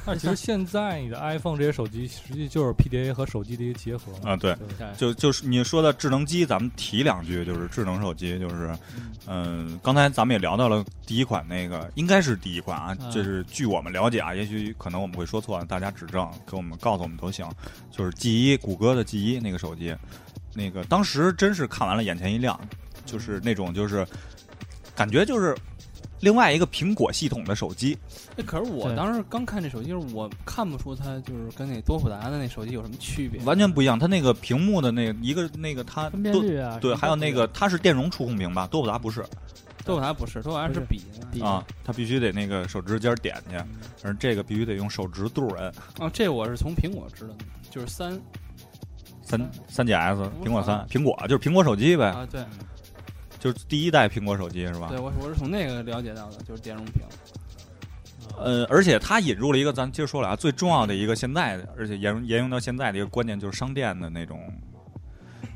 但其实现在你的 iPhone 这些手机实际就是 PDA 和手机的一个结合嘛。
啊，对，
对
就就是你说到智能机，咱们提两句，就是智能手机，就是，嗯、刚才咱们也聊到了第一款那个，应该是第一款啊，
嗯
这是据我们了解啊，也许可能我们会说错，大家指正，给我们告诉我们都行。就是 G 一，谷歌的 G 一那个手机，那个当时真是看完了眼前一亮，就是那种就是感觉就是另外一个苹果系统的手机，
哎，可是我
对
当时刚看这手机，就是我看不出它就是跟那多普达的那手机有什么区别，
完全不一样。它那个屏幕的那一个那个它
分辨
多
率啊，
对，
什么
还有
都
那
有
个它是电容触控屏吧，多普达不是。
豆腐脑不是，豆腐脑是笔
笔
啊，他必须得那个手指尖儿点去，而这个必须得用手指肚儿摁。
啊，这我是从苹果知道的，就是三
三三 GS
不是
苹果三
啊
苹果就是苹果手机呗，
啊，对
就是第一代苹果手机是吧
对，？我是我是从那个了解到的，就是电容屏，
呃，而且它引入了一个，咱接着说了啊，最重要的一个现在的，而且沿用沿用到现在的一个观念就是商店的那种。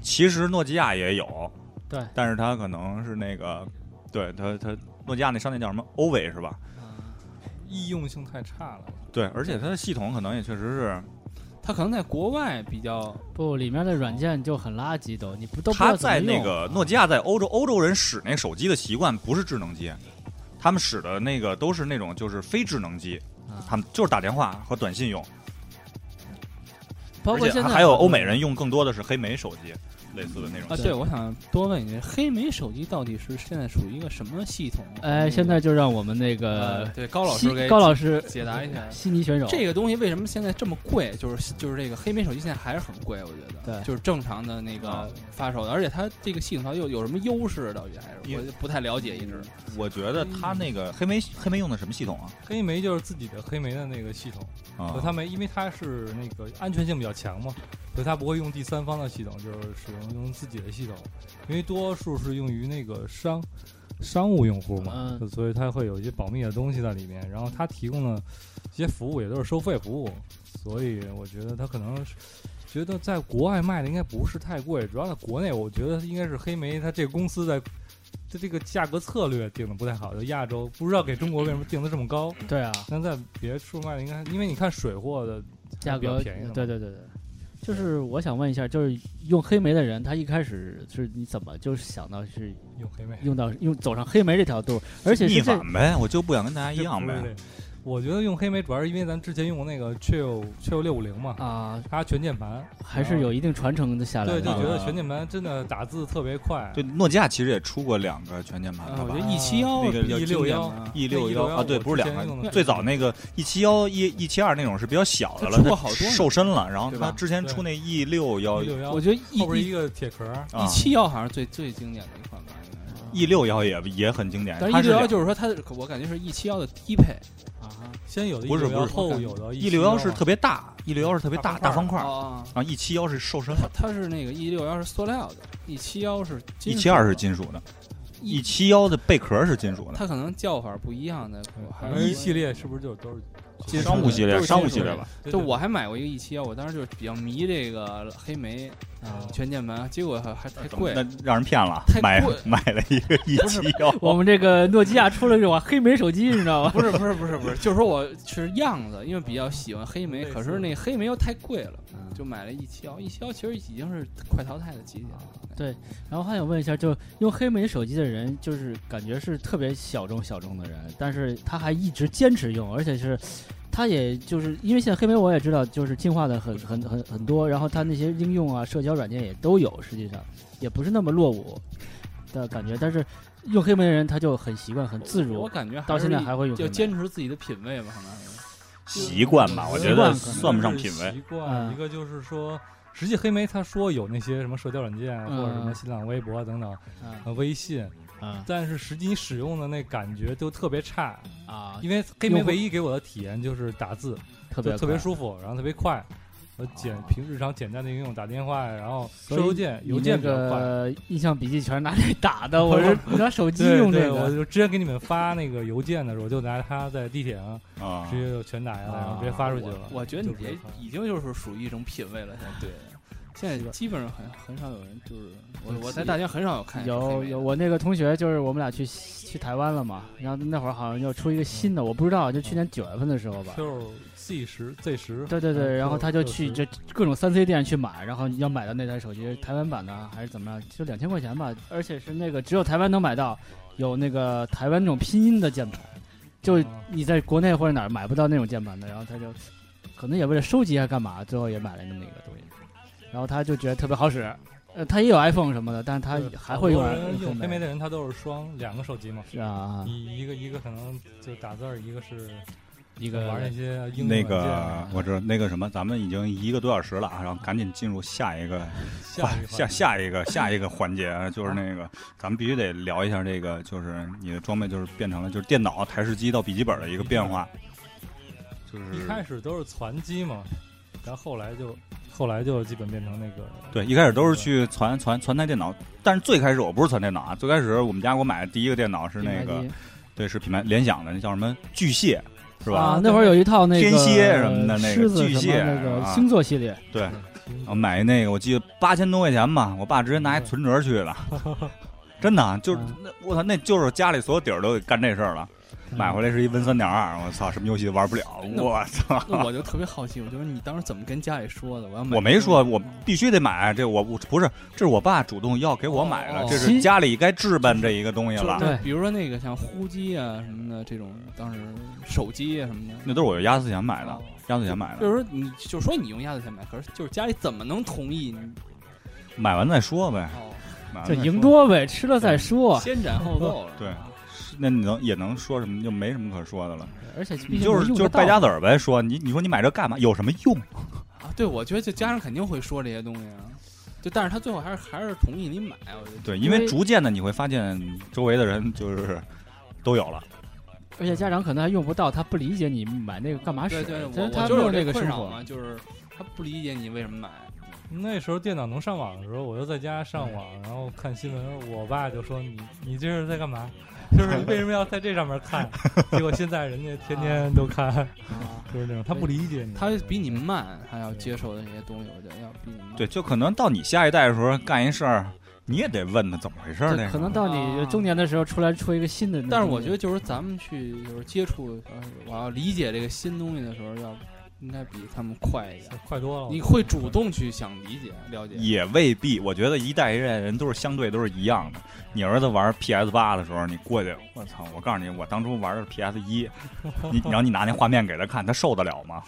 其实诺基亚也有，
对
但是它可能是那个，对它它诺基亚那商店叫什么欧伟是吧？
啊
易用性太差了。
对，而且它的系统可能也确实是，
它可能在国外比较
不，里面的软件就很垃圾，都你不都不知
它
道怎么
在
用。啊
那个诺基亚在欧洲欧洲人使那手机的习惯不是智能机，他们使的那个都是那种就是非智能机，
啊
他们就是打电话和短信用，
包
而
括
且
现在
还有
好多
欧美人用更多的是黑莓手机，类似的那种
啊，对，我想多问一句，黑莓手机到底是现在属于一个什么系统？
哎，现在就让我们那
呃，
个
对高老师
悉
给
高老师
解答一下
悉尼选手
这个东西为什么现在这么贵？就是就是这个黑莓手机现在还是很贵，我觉得。
对
就是正常的那个
啊
发售的，而且它这个系统它又有什么优势？到底还是
因
我
为
不太了解，一直。
我觉得他那个黑莓黑莓用的什么系统啊？
黑莓就是自己的黑莓的那个系统，
啊
就他们因为它是那个安全性比较强嘛，所以它不会用第三方的系统，就是使用用自己的系统，因为多数是用于那个商商务用户嘛，
嗯
所以它会有一些保密的东西在里面。然后它提供的一些服务也都是收费服务，所以我觉得它可能是。觉得在国外卖的应该不是太贵，主要在国内，我觉得应该是黑莓它这个公司在它这个价格策略定的不太好，就亚洲不知道给中国为什么定的这么高，
对啊，
那在别处卖应该，因为你看水货的
价
比较
格
便宜的嘛
对对对对。就是我想问一下，就是用黑莓的人，他一开始是你怎么就是想到是
有黑莓，
用到用走上黑莓这条路，而且
逆
是这
反呗，我就不想跟大家一样
不是
呗。
这。我觉得用黑莓主要是因为咱之前用过那个 Chill Chill 六五零嘛，
啊，
它全键盘，
还是有一定传承的下来
对，
的。
就觉得
啊
全键盘真的打字特别快。
对，诺基亚其实也出过两个全键盘
啊
的
我
吧
觉得 E 七幺
嗯那个
比较
161
经典的
E
对
六幺
161
啊，对，
我
不是
之
两
前用的
个，
是
最早那个 E 七幺、E E 七二那种是比较小的了，
它出过
它
好多呢
瘦身了。然后
对
它
吧
之前出那 E 六幺
一六幺
我，觉得
后边
E
一个铁壳儿，
啊
E 七幺好像是最最经典的一款吧，应该是。
，E 六幺也也很经典。
但是
它
E
是
六幺就是说它是，我感觉是 E 七幺的低配
啊，
先有的
不是
161
不是
后有的
E
161
六幺是
嘛
特别大，E 六幺是特别大大
啊大
方
方
块儿
啊，
啊，E 七幺是瘦身
它
了
它是那个 E 六幺是塑料的，E 七幺是
，E
金
七二是金属的，E 七幺的贝壳是金属的。
它可能叫法不一样的，
对
我还
反正一系列是不是就都是
金属
商务系
都
列，
是
商务
金属
系列
的
吧，
对
就
对
我还买过一个 E 七幺，我当时就是比较迷这个黑莓
啊
全键盘，结果还还太
怎么
贵
那，让人骗了
太，
买
贵
买了一个 E 七幺，
我们这个诺基亚出了这款黑莓手机，你知道吗？
不是不是不是不 是，就是说我是样子，因为比较喜欢黑莓，可是那黑莓又太贵了，就买了 E 七幺。E 七幺其实已经是快淘汰的极点了。
然后还想问一下，就用黑莓手机的人，就是感觉是特别小众小众的人，但是他还一直坚持用，而且是，他也就是因为现在黑莓我也知道，就是进化的很很很很多，然后他那些应用啊、社交软件也都有，实际上也不是那么落伍的感觉，但是用黑莓的人他就很习惯、很自
我
如，
感觉
到现在还会用黑
要
莓。
坚持自己的品味吧，可能是
习惯吧，我觉
习惯
得
可能
算不上品味
习。惯
嗯
一个就是说，实际黑莓他说有那些什么社交软件啊或者什么
嗯
新浪微博等等，
啊
呃微信，
啊
但是实际使用的那感觉都特别差，
啊，
因为黑莓
用户
唯一给我的体验就是打字，
特
就
别
特别
快
舒服，然后特别快。我简
啊
平日常简单的应用打电话，然后收
所以
邮件，邮
你
件
那
比较快。
个印象笔记全是拿这打 的，我是拿手机
对
用这
对，我
个。
就之前给你们发那个邮件的时候，我就拿它在地铁上
啊
直接就全打下来，
啊
然后直接发出去了。
我觉得你
就
这
是
已经就是属于一种品味了，现在对。现在基本上很很少有人就是我我在大街很少有看
有有，我那个同学就是我们俩去去台湾了嘛，然后那会儿好像要出一个新的，我不知道，就去年九月份的时候吧。
Q Z 十 Z 十，
对对对，然后他嗯就去
这
就各种三 C 店去买，然后要买到那台手机，台湾版的还是怎么样，就两千块钱吧，而且是那个只有台湾能买到，有那个台湾那种拼音的键盘，就你在国内或者哪儿买不到那种键盘的，然后他就可能也为了收集还啊干嘛，最后也买了那么一个东西，然后他就觉得特别好使，呃，他也有 iPhone 什么的，但是他还会用
人用黑莓
的
的人，他都是双两个手机嘛，
是啊，
一一个一个可能就打字儿，一个是
一个
玩那些英
那
文软件
个
啊
我知道，那个什么，咱们已经一个多小时了啊，然后赶紧进入下一个
下一
下
款
下一个 下一个环节啊，就是那个咱们必须得聊一下这个，就是你的装备就是变成了就是电脑、台式机到笔记本的一个变化，就是
一开始都是攒机嘛，然后后来就后来就基本变成那个
对，一开始都是去传传传台电脑，但是最开始我不是传电脑啊，最开始我们家给我买的第一个电脑是那个，对，是品牌联想的，那叫什么巨蟹，是吧？
啊，那会儿有一套那个
天蝎什么的那个
狮子
巨
什
蟹
么那个
啊
星座系列，
对，
嗯
然后买那个，我记得八千多块钱吧，我爸直接拿一存折去 的，真的啊就是
嗯
那我操，那就是家里所有底儿都干这事儿了。买回来是一 Win 三点二，我操，什么游戏都玩不了，我操！
那我就特别好奇，我就是你当时怎么跟家里说的？我要买，
我没说，我必须得买，这我不不是，这是我爸主动要给我买的，
哦
这
其
是家里该置办这一个东西
就是
了。
那
对
比如说那个像呼机啊什么的这种，当时手机啊什么的，哦
那都是我压岁钱买的，压岁钱买的，
就是说你就说你用压岁钱买，可是就是家里怎么能同意你？
买完再说呗。
哦，
买完
就
再
赢
啊说。嗯
多呗，吃了再说。
先斩后奏了。
对那你能也能说什么？就没什么可说的了，
而且
你
毕竟
就是
用
就是
得到
败家子儿呗。说你你说你买这干嘛？有什么用？
啊，对，我觉得就家长肯定会说这些东西啊，就但是他最后还是还是同意你买，啊我觉得。
对，因
因
为
为
逐渐的你会发现周围的人就是都有了。
而且家长可能还用不到，他不理解你买那个干嘛
对
使，
对，
但
我
是他
我
没
就
有
有
那
这
个
困
生
扰
活
嘛，。就是他不理解你为什么买。
那时候电脑能上网的时候，我就在家上网，然后看新闻。我爸就说：“你你这是在干嘛？ 就是你为什么要在这上面看？”结果现在人家天天都看，
啊
就是那种他不理解你，
他比你慢，还要接受的这些东西，我觉得要比你慢。
对，就可能到你下一代的时候干一事儿，你也得问他怎么回事儿那
就可能
个。
到你中年的时候出来出一个新的那种东西，
啊但是我觉得就是咱们去就是接触，呃我要理解这个新东西的时候，要应该比他们快一点。
快多了。
你会主动去想理解、了解。
也未必，我觉得一代一代人都是相对都是一样的。你儿子玩 PS 八的时候，你过去，我操！我告诉你，我当初玩的是 PS 一，你然后你拿那画面给他看，他受得了吗？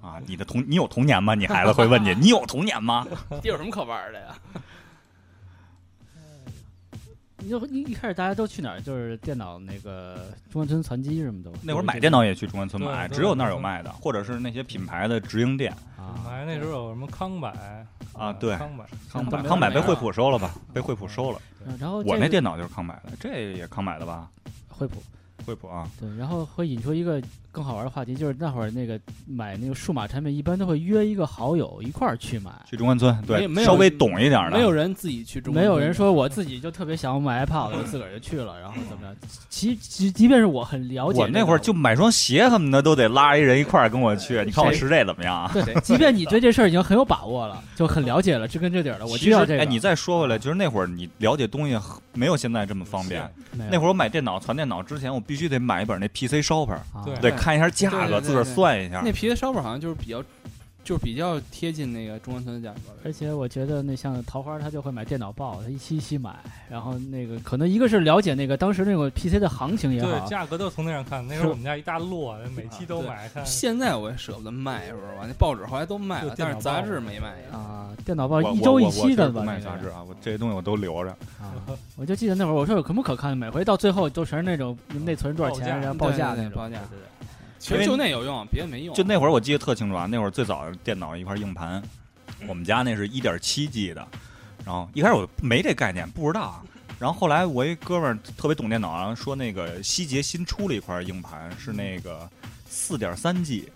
啊，你的童你有童年吗？你孩子会问你，你有童年吗？
这有什么可玩的呀？
你就一一开始大家都去哪儿？就是电脑那个中关村传机什么的。
那会儿买电脑也去中关村买，
对
只有那儿有卖的，或者是那些品牌的直营店
啊，
哎，那时候有什么康柏啊
啊。对，
康柏
康
柏
柏康柏被
没有
惠普收了吧？被惠普收了。
嗯
然后
我
这
那
个
电脑就是康买的，这也康买的吧？
惠普
惠普啊，
对，然后会引出一个更好玩的话题，就是那会儿那个买那个数码产品，一般都会约一个好友一块儿去买。
去中关村，
没
对，
没有
稍微懂一点的，
没有人自己去中国，
没有人说我自己就特别想买 iPad，我就自个儿就去了，然后怎么样？其即即便是我很了解这
我
个，
那会儿就买双鞋什么的都得拉一人一块儿跟我去，你看我
谁
吃这怎么样啊？
对，即便你对这事儿已经很有把握了，就很了解了，知根知底儿了，我
其
就要
实
这个。
哎，你再说回来，就是那会儿你了解东西没有现在这么方便。那会
儿
儿我买电脑、传电脑之前，我必须得买一本那 PC Shopper，
啊
对
得看一下价格，
对对对对
自个儿算一下
那。皮的烧饼好像就是比较，就是比较贴近那个中关村的价格。
而且我觉得那像桃花，他就会买电脑报，他一期一期买，然后那个可能一个是了解那个当时那个 PC 的行情也
对
好，
价格都从那上看。那时候我们家一大摞，每期都买，看
现在我也舍不得卖，是不是？那报纸后来都卖了
就，电
但
脑
是杂志没卖呀。
啊，电脑报
我
一周一期的
我我我确实不
吧，
卖
那
杂
个
志啊，我这些东西我都留着。
啊，我就记得那会儿我说有什么可看的，每回到最后都全是那种内存多少
报价
钱，然后报价
对
那
对对
种
报价
对对对
其实就那有用，别的没用。
就那会儿我记得特清楚啊，那会儿最早电脑一块硬盘，我们家那是一点七 G 的，然后一开始我没这概念，不知道啊。然后后来我一哥们儿特别懂电脑，然后说那个希捷新出了一块硬盘是那个四点三 G，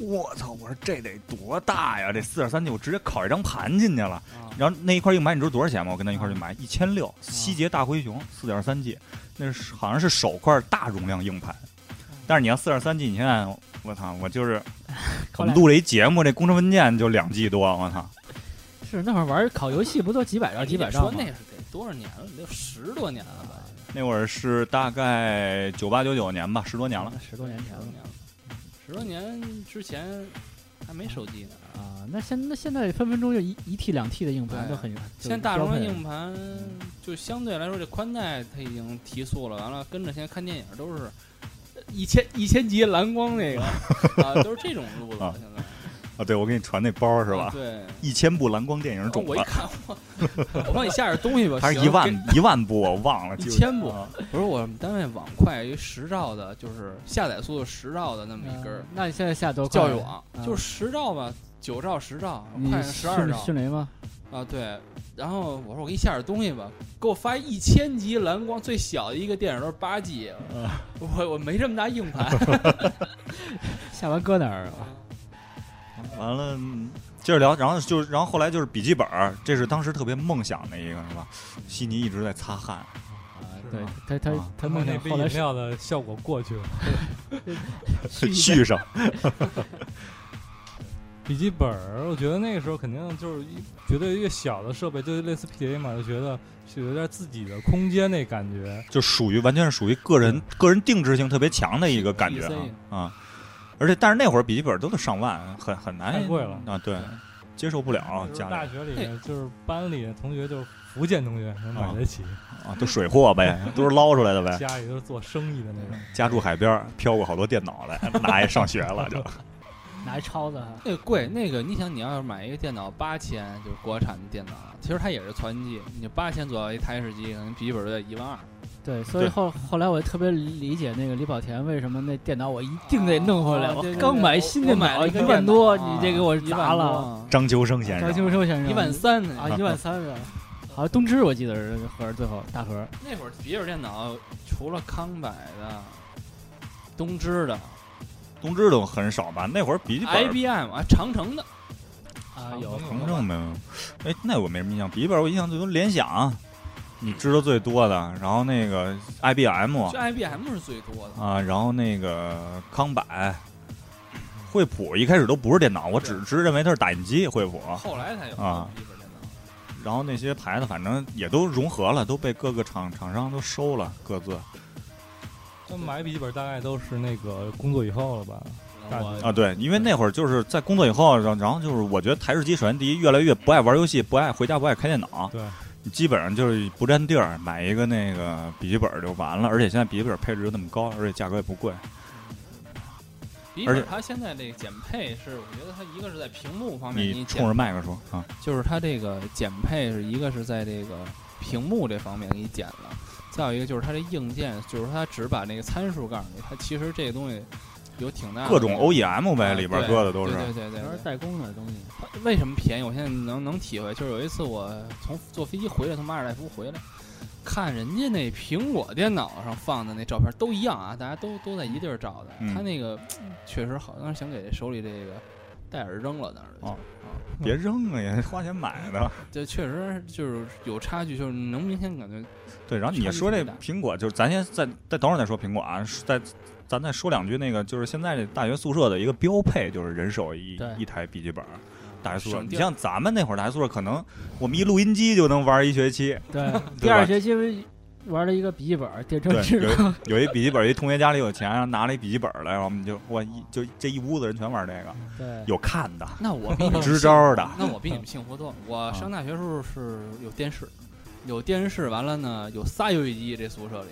我操！我说这得多大呀？这四点三 G 我直接拷一张盘进去了。
啊
然后那一块硬盘你知道多少钱吗？我跟他一块儿去买，一千六。希捷大灰熊四点三 G，那是好像是首块大容量硬盘。
嗯
但是你要四点三 G，你现在我操，我 就是我们录了一节目，这工程文件就两 G 多，我操！
是那会儿玩烤游戏不都几百兆几百兆
说
吗
那？是得多少年了？得有十多年了吧？
那会儿是大概九八九九年吧，十多年了。
嗯
十多年前
十多
了
年了，十多年之前还没手机呢。
啊，那现那现在分分钟就一一 T 两 T 的硬盘
哎
都很，
现在大容量硬
盘
盘就相对来说，这宽带它已经提速了，完了跟着现在看电影都 是一千一千级蓝光那个啊，都是这种路子
啊
了。现在
啊，对，我给你传那包是吧？
对，
一千部蓝光电影种
嗯我一
子，
看，我我帮你下点东西吧，
还是
行
一万一万部，我忘了，
一
记不
千部
啊
不是我们单位网快一十兆的，就是下载速度十兆的那么一根儿
嗯那你现在下多快
教育网，
嗯
就是十兆吧，九兆、十兆，
你
快十二
迅
兆
迅雷吗？
啊。对，然后我说我给你下点东西吧，给我发一千集蓝光，最小的一个电影都是八 G，我我没这么大硬盘。
下完搁哪儿啊？
完了，嗯接着聊，然后就是，然后后来就是笔记本儿，这是当时特别梦想的一个，是吧？悉尼一直在擦汗，
对他他
啊
他
他们
梦
那
想
杯
后来
饮
是
料的效果过去了。
续一
续上，
笔记本儿，我觉得那个时候肯定就是一觉得越小的设备，就类似 PDA 嘛，就觉得是有点自己的空间那感觉。
就属于完全是属于个人个人定制性特别强的一个感觉啊啊！而且，但是那会儿笔记本儿都得上万，很很难
哎
太贵了
啊，对，接受不了，
哎
啊
就是
哦家
大
里
学里面就是班里的同学，就是福建同学能买得起，
啊都水货呗，都是捞出来的呗。
家里都是做生意的那种。
家住海边儿，飘过好多电脑来， 拿也上学了就。
拿一抄的哈，
那个贵，那个你想，你要是买一个电脑八千，就是国产的电脑，其实它也是传真机，你八千左右一台式机，可能笔记本都得一万二。
对，所以
对
后后来我特别理解那个李保田为什么那电脑我一定得弄回来，
啊
我
对对
刚
对
买
我
新
我
电
买
脑
了一个
一万
电
多，
脑
你
啊
这给我
一万
砸
多
了，
啊
张秋生先
张
生
秋生先生
一万三呢。
啊，一万三是吧？好像东芝我记得是盒儿最后大盒儿，
那会儿笔记本电脑除了康柏的、东芝的、
东芝都很少吧？那会儿笔记本儿
IBM 啊、长城的，
啊
啊
有
我
长城没有，哎，那我没什么印象。笔记本我印象最多联想，你知道最多的，然后那个 IBM
就 IBM 是最多的。
啊，然后那个康柏、惠普，一开始都不是电脑，我只只认为它是打印机惠普，
后来才有
啊
笔记本电脑。
然后那些牌子反正也都融合了，都被各个厂厂商都收了各自哦
他们买笔记本大概都是那个工作以后了吧？大
我
啊。对，因为那会儿就是在工作以后，然后然后就是我觉得台式机首先第一越来越不爱玩游戏，不爱回家不爱开电脑，
对，
基本上就是不占地儿，买一个那个笔记本儿就完了。而且现在笔记本配置又那么高，而且价格也不贵。
笔记
而且
本它现在这个减配是，我觉得它一个是在屏幕方面，
你
你
冲
减
着麦克说啊，
就是它这个减配是一个是在这个屏幕这方面给你减了，再有一个就是它这硬件，就是它只把那个参数告诉你，它其实这个东西有挺大的
各种 OEM
啊
呗，里边搁的都是
对对对对
全是
对
代工的东西，
为什么便宜？我现在能能体会，就是有一次我从坐飞机回来，从马尔代夫回来，看人家那苹果电脑上放的那照片都一样啊，大家都都在一地儿照的。
嗯
他那个确实好，当时想给手里这个戴尔扔了，当时就、
哦别扔啊，也花钱买 的。
就确实就是有差距，就是能明显感觉
对，然后你说这苹果，就是咱先再再等会儿再说苹果啊，再咱再说两句那个，就是现在这大学宿舍的一个标配，就是人手一
对
一台笔记本儿。大学宿舍，
啊省
你
地儿
像咱们那会儿大学宿舍，可能我们一录音机就能玩一学 期。
对，
对
第二
吧
学期玩了一个笔记本儿，电
对
车，之
有
光，
一有一笔记本，一同学家里有钱，然后拿了一笔记本来，然后我们就我一就这一屋子人全玩这个，
对，
有看的，
那我比你们
支招的
幸那嗯我比你们幸福多。我上大学时候是有电视，有电视，完了呢有仨游戏机，这宿舍里，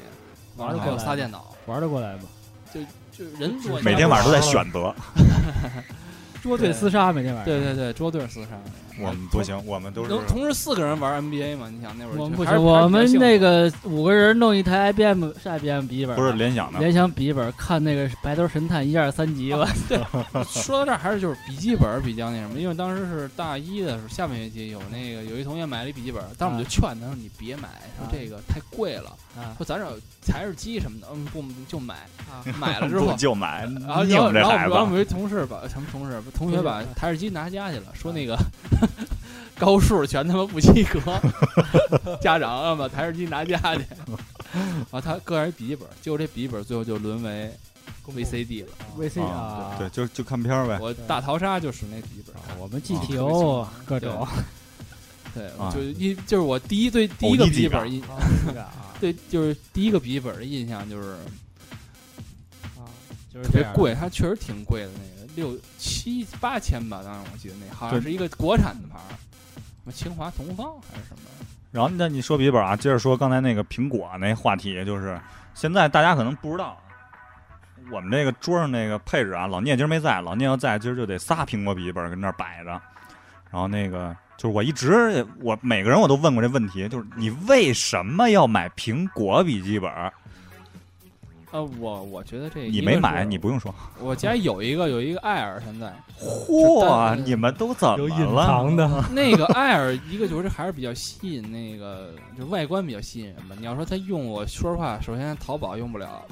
完了还有仨电脑，
玩得过来吗？
就人多。
每天晚上都在选择。
捉对
对
厮杀每天晚上，
对对对，桌对四杀。
我们不行，我们都是啊
能同时四个人玩 NBA 吗？你想那会儿
我们不
就还是
行，我们那
还是比较幸福的
个五个人弄一台 IBM 是 IBM 笔记本吧，
不是联想的，
联想笔记本，看那个《白头神探》一二三 集吧，
说到这儿还是就是笔记本比较那什么，因为当时是大一的时候，下半学期有那个有一同学买了一笔记本，当时我们就劝他说你别买，说
啊
这个太贵了，
啊，
说咱这儿有台式机什么的，嗯不我们就买，
啊
买了之
不
后。
就买，你
啊然后，
们
然
这
后，然后我
孩
们，然
子
后我们有一同事把什么同事，同学把台式机拿家去了，说那个高数全他妈不及格， 家长让把台式机拿家去， 啊，他搁上一笔记本，结果这笔记本最后就沦为 VCD 了。
，VC
啊
啊，
对，就就看片儿呗。
我大逃杀就是那笔记本，
我们
啊
GTO 各种，
对，
啊
就一就是我第一对第一个笔记本印，
啊
对就是第一个笔记本的印象就是
就是
特
啊
这
啊
别
样，
贵，它确实挺贵的那个六七八千吧，当时我记得那好像
对
是一个国产的牌儿，什么清华同方还是什么。
然后那你说笔记本啊啊，接着说刚才那个苹果那话题，就是现在大家可能不知道，我们这个桌上那个配置啊，老聂今儿没在，老聂要在，今儿就得仨苹果笔记本跟那儿摆着。然后那个就是我一直我每个人我都问过这问题，就是你为什么要买苹果笔记本？
呃，我我觉得这
你
一
没
个
买，
是
你不用说。
我家有一个有一个艾尔，现 在
嚯，
是但
你们都怎
有
么
隐
了？
藏的，
那个艾尔，一个就是还是比较吸引那个，就外观比较吸引人吧。你要说它用，我说实话，首先淘宝用不了，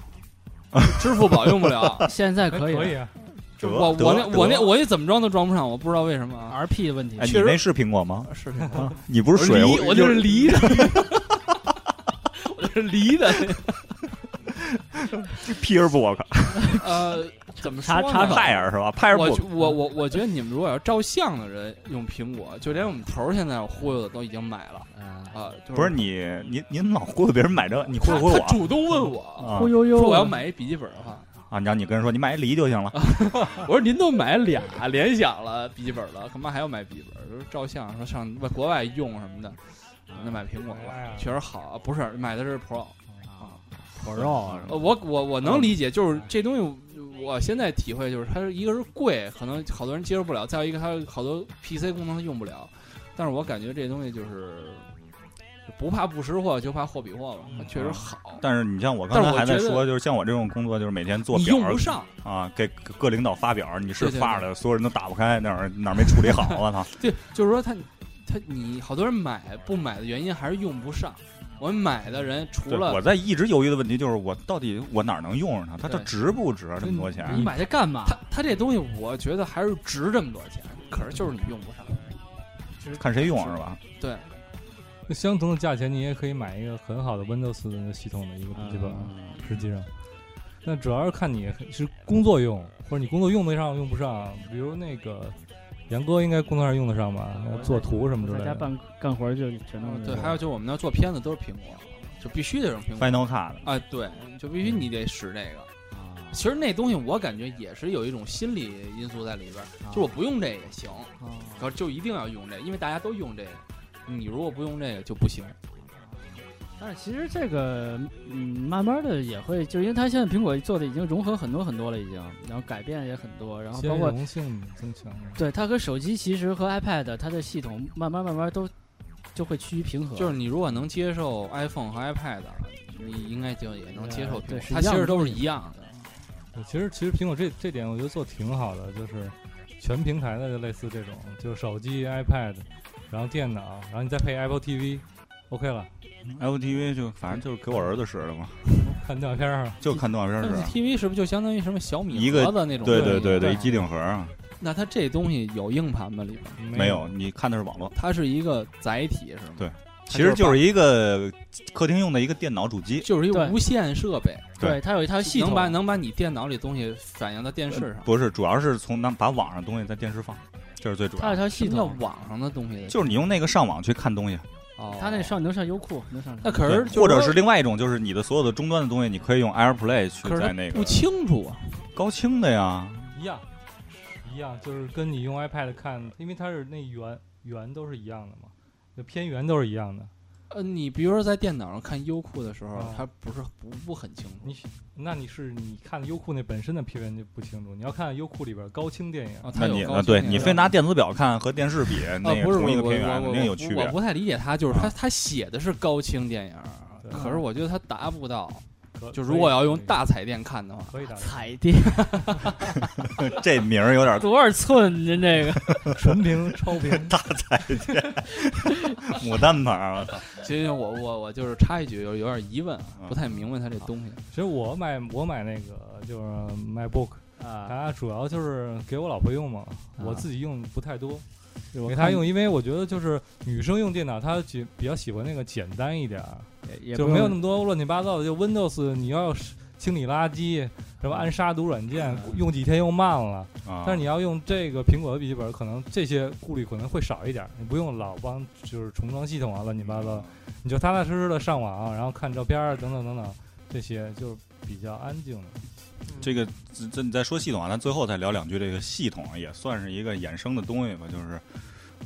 支付宝用不了，
现在
哎
可以了
可以啊，
得
我
得
我那
得
我那我也怎么装都装不上，我不知道为什么啊。
，RP 的问题
哎，你
确实
那是苹果吗？
是苹果，
啊，你不是水
梨，我就是梨 的，我就是梨的。
Peerbook
呃，怎么说
插
呢
插手
派尔是吧？派尔
我
book
觉我我我觉得你们如果要照相的人用苹果，就连我们头儿现在忽悠的都已经买了
啊，
啊、就
不是你你你怎么老忽悠别人买这？你忽悠忽悠
他
我
他主动问我，
啊
忽悠悠，
说我要买一笔记本的话，
啊！你让你跟人说你买一梨就行了，
啊
嗯
我说您都买俩联想了笔记本了，干嘛还要买笔记本？就是照相，说上外国外用什么的，那买苹
啊
果
哎呀
吧，确实好。不是买的是 Pro，
烤肉啊
嗯
什么
呃我我我能理解，就是这东西，我现在体会就是，它是一个是贵，可能好多人接受不了；再有一个，它有好多 PC 功能它用不了。但是我感觉这东西就是不怕不识货，就怕货比货吧，它确实好。
嗯但是你像我刚
但
才
是我
还在
觉得
说，就是像我这种工作，就是每天做
你
表
用不上，
啊，给给各领导发表，你是
对对
发的，所有人都打不开，哪儿哪儿没处理好，啊我 操！
对，就是说他他你好多人买不买的原因还是用不上。我们买的人除
对，
了
我在一直犹豫的问题就是，我到底我哪儿能用上它？它这
对
值不值这么多钱？啊
你买它干嘛？
他他这东西，我觉得还是值这么多钱，可是就是你用不上。
看谁用是吧？
对，
那相同的价钱，你也可以买一个很好的 Windows 的系统的一个
嗯
笔记本，
嗯
实际上。那主要是看你是工作用，或者你工作用得上用不上。比如那个杨哥应该工作上用得上吧，
我在
做图什么之
在
类
家
的。
办干活就全都
嗯对，还有就是我们那做片子都是苹果，就必须得用苹果。
Final Cut
啊，对，就必须你得使这个。
啊
其实那东西我感觉也是有一种心理因素在里边儿，就是我不用这个行，
啊
可是就一定要用这个，因为大家都用这个。你如果不用这个就不行，
但是其实这个，嗯，慢慢的也会，就是因为它现在苹果做的已经融合很多很多了，已经，然后改变也很多，然后包
兼
括
容性增强。
对它和手机其实和 iPad 它的系统慢慢慢慢都就会趋于平衡，
就是你如果能接受 iPhone 和 iPad，你应该就也能接受苹
对
果
是，
它
一
其
样的
实都
东
是
西
一样的。
对其实其实苹果这这点我觉得做挺好的，就是全平台的就类似这种，就是手机、iPad，然后电脑，然后你再配 Apple TV，OK、了，
LTV 就反正就是给我儿子使的嘛，
看动画片儿。
就看动画片儿
但是
使。
TV 是不是就相当于什么小米
啊一个
盒子那种东
对
西？
对对
对
对，一机顶盒啊
那它这东西有硬盘吗？里边？
没有，你看的是网络。
它是一个载体是吗？
对
它
其实就是
是
一个客厅用的一个电脑主机，
就是一
对
个无线设备，
对它有一套系统
能，把能把你电脑里东西反映到电视上。
呃不是，主要是从那把网上东西在电视放，这是最主
它有
要
一
的。
套
什
系
么叫
统，
网上的东西的？
就是你用那个上网去看东西，
哦，
它那上能上优酷，能上什么
那可是
对或者是另外一种，就是你的所有的终端的东西，你可以用 AirPlay 去
可是
在
它
那
不
个
清楚啊。
高清的呀，
一样，一样，就是跟你用 iPad 看，因为它是那圆圆都是一样的嘛，就偏圆都是一样的。
呃，你比如说在电脑上看优酷的时候
哦
啊，
它不是不不很清楚
你那你是你看优酷那本身的片源就不清楚，你要看优酷里边高清电影，
啊，
那
它
你
有
啊，
高
对
清那
你
个
非拿电子表看和电视比，那
啊，
个
不是
同一个
我
片
我
源肯
我
定有区
我
别。
不太理解他，就是他
啊
他写的是高清电影儿，
对
可是我觉得他达不到。
可
就如果要用，
可
大彩电看的话
以，可以打
彩电
这名儿 有点
多少寸？您这个
纯屏超屏
大彩电，牡丹牌儿，我操！
其实我我我就是插一句，有有点疑问啊，
嗯
不太明白他这东西。
啊
其实我买我买那个就是 MacBook，
啊，
它主要就是给我老婆用嘛，我
啊
自己用不太多。
我
给
看
她用，因为我觉得就是女生用电脑，她喜比较喜欢那个简单一点儿，
也
就
不
没有
用
那么多乱七八糟的。就 Windows 你要是清理垃圾，什
嗯
么按杀毒软件，用几天又慢了。
啊
但是你要用这个苹果的笔记本，可能这些顾虑可能会少一点，你不用老帮就是重装系统啊，乱七八
嗯
糟，你就踏踏实实的上网，然后看照片儿等等等等，这些就是比较安静的。
这个这这你再说系统啊，咱最后再聊两句这个系统啊，也算是一个衍生的东西吧。就是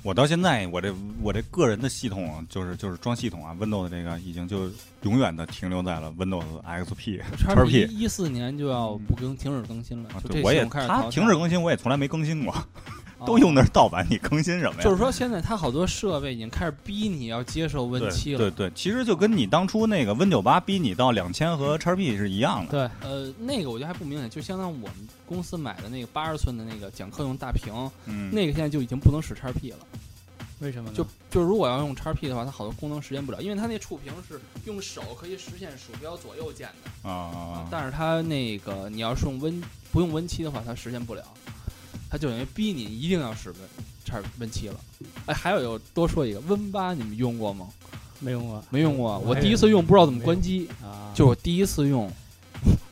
我到现在，我这我这个人的系统啊就是就是装系统啊，Windows 这个已经就永远的停留在了 Windows XP
叉
P。嗯
一四年就要不更停止更新了
啊，
就这
对，我也
系统开始淘
它
汰
停止更新，我也从来没更新过，
啊
都用的是盗版，你更新什么呀？
就是说，现在它好多设备已经开始逼你要接受 Win 七
对
了
对。对，其实就跟你当初那个 Win 九八逼你到两千和 x P 是一样的。
对，
呃，那个我觉得还不明显，就相当于我们公司买的那个八十寸的那个讲课用大屏，
嗯，
那个现在就已经不能使叉 P 了。
为什么呢？
就就如果要用叉 P 的话，它好多功能实现不了，因为它那触屏是用手可以实现鼠标左右键的，
啊啊啊，
但是它那个你要是用 Win 不用 Win 七的话，它实现不了，它就等于逼你一定要使 Win 叉 Win 七了。哎，还有有多说一个 Win 八，你们用过吗？
没用过
没用过啊，
我
我
也
第一次用不知道怎么关机，
啊，
就是我第一次用，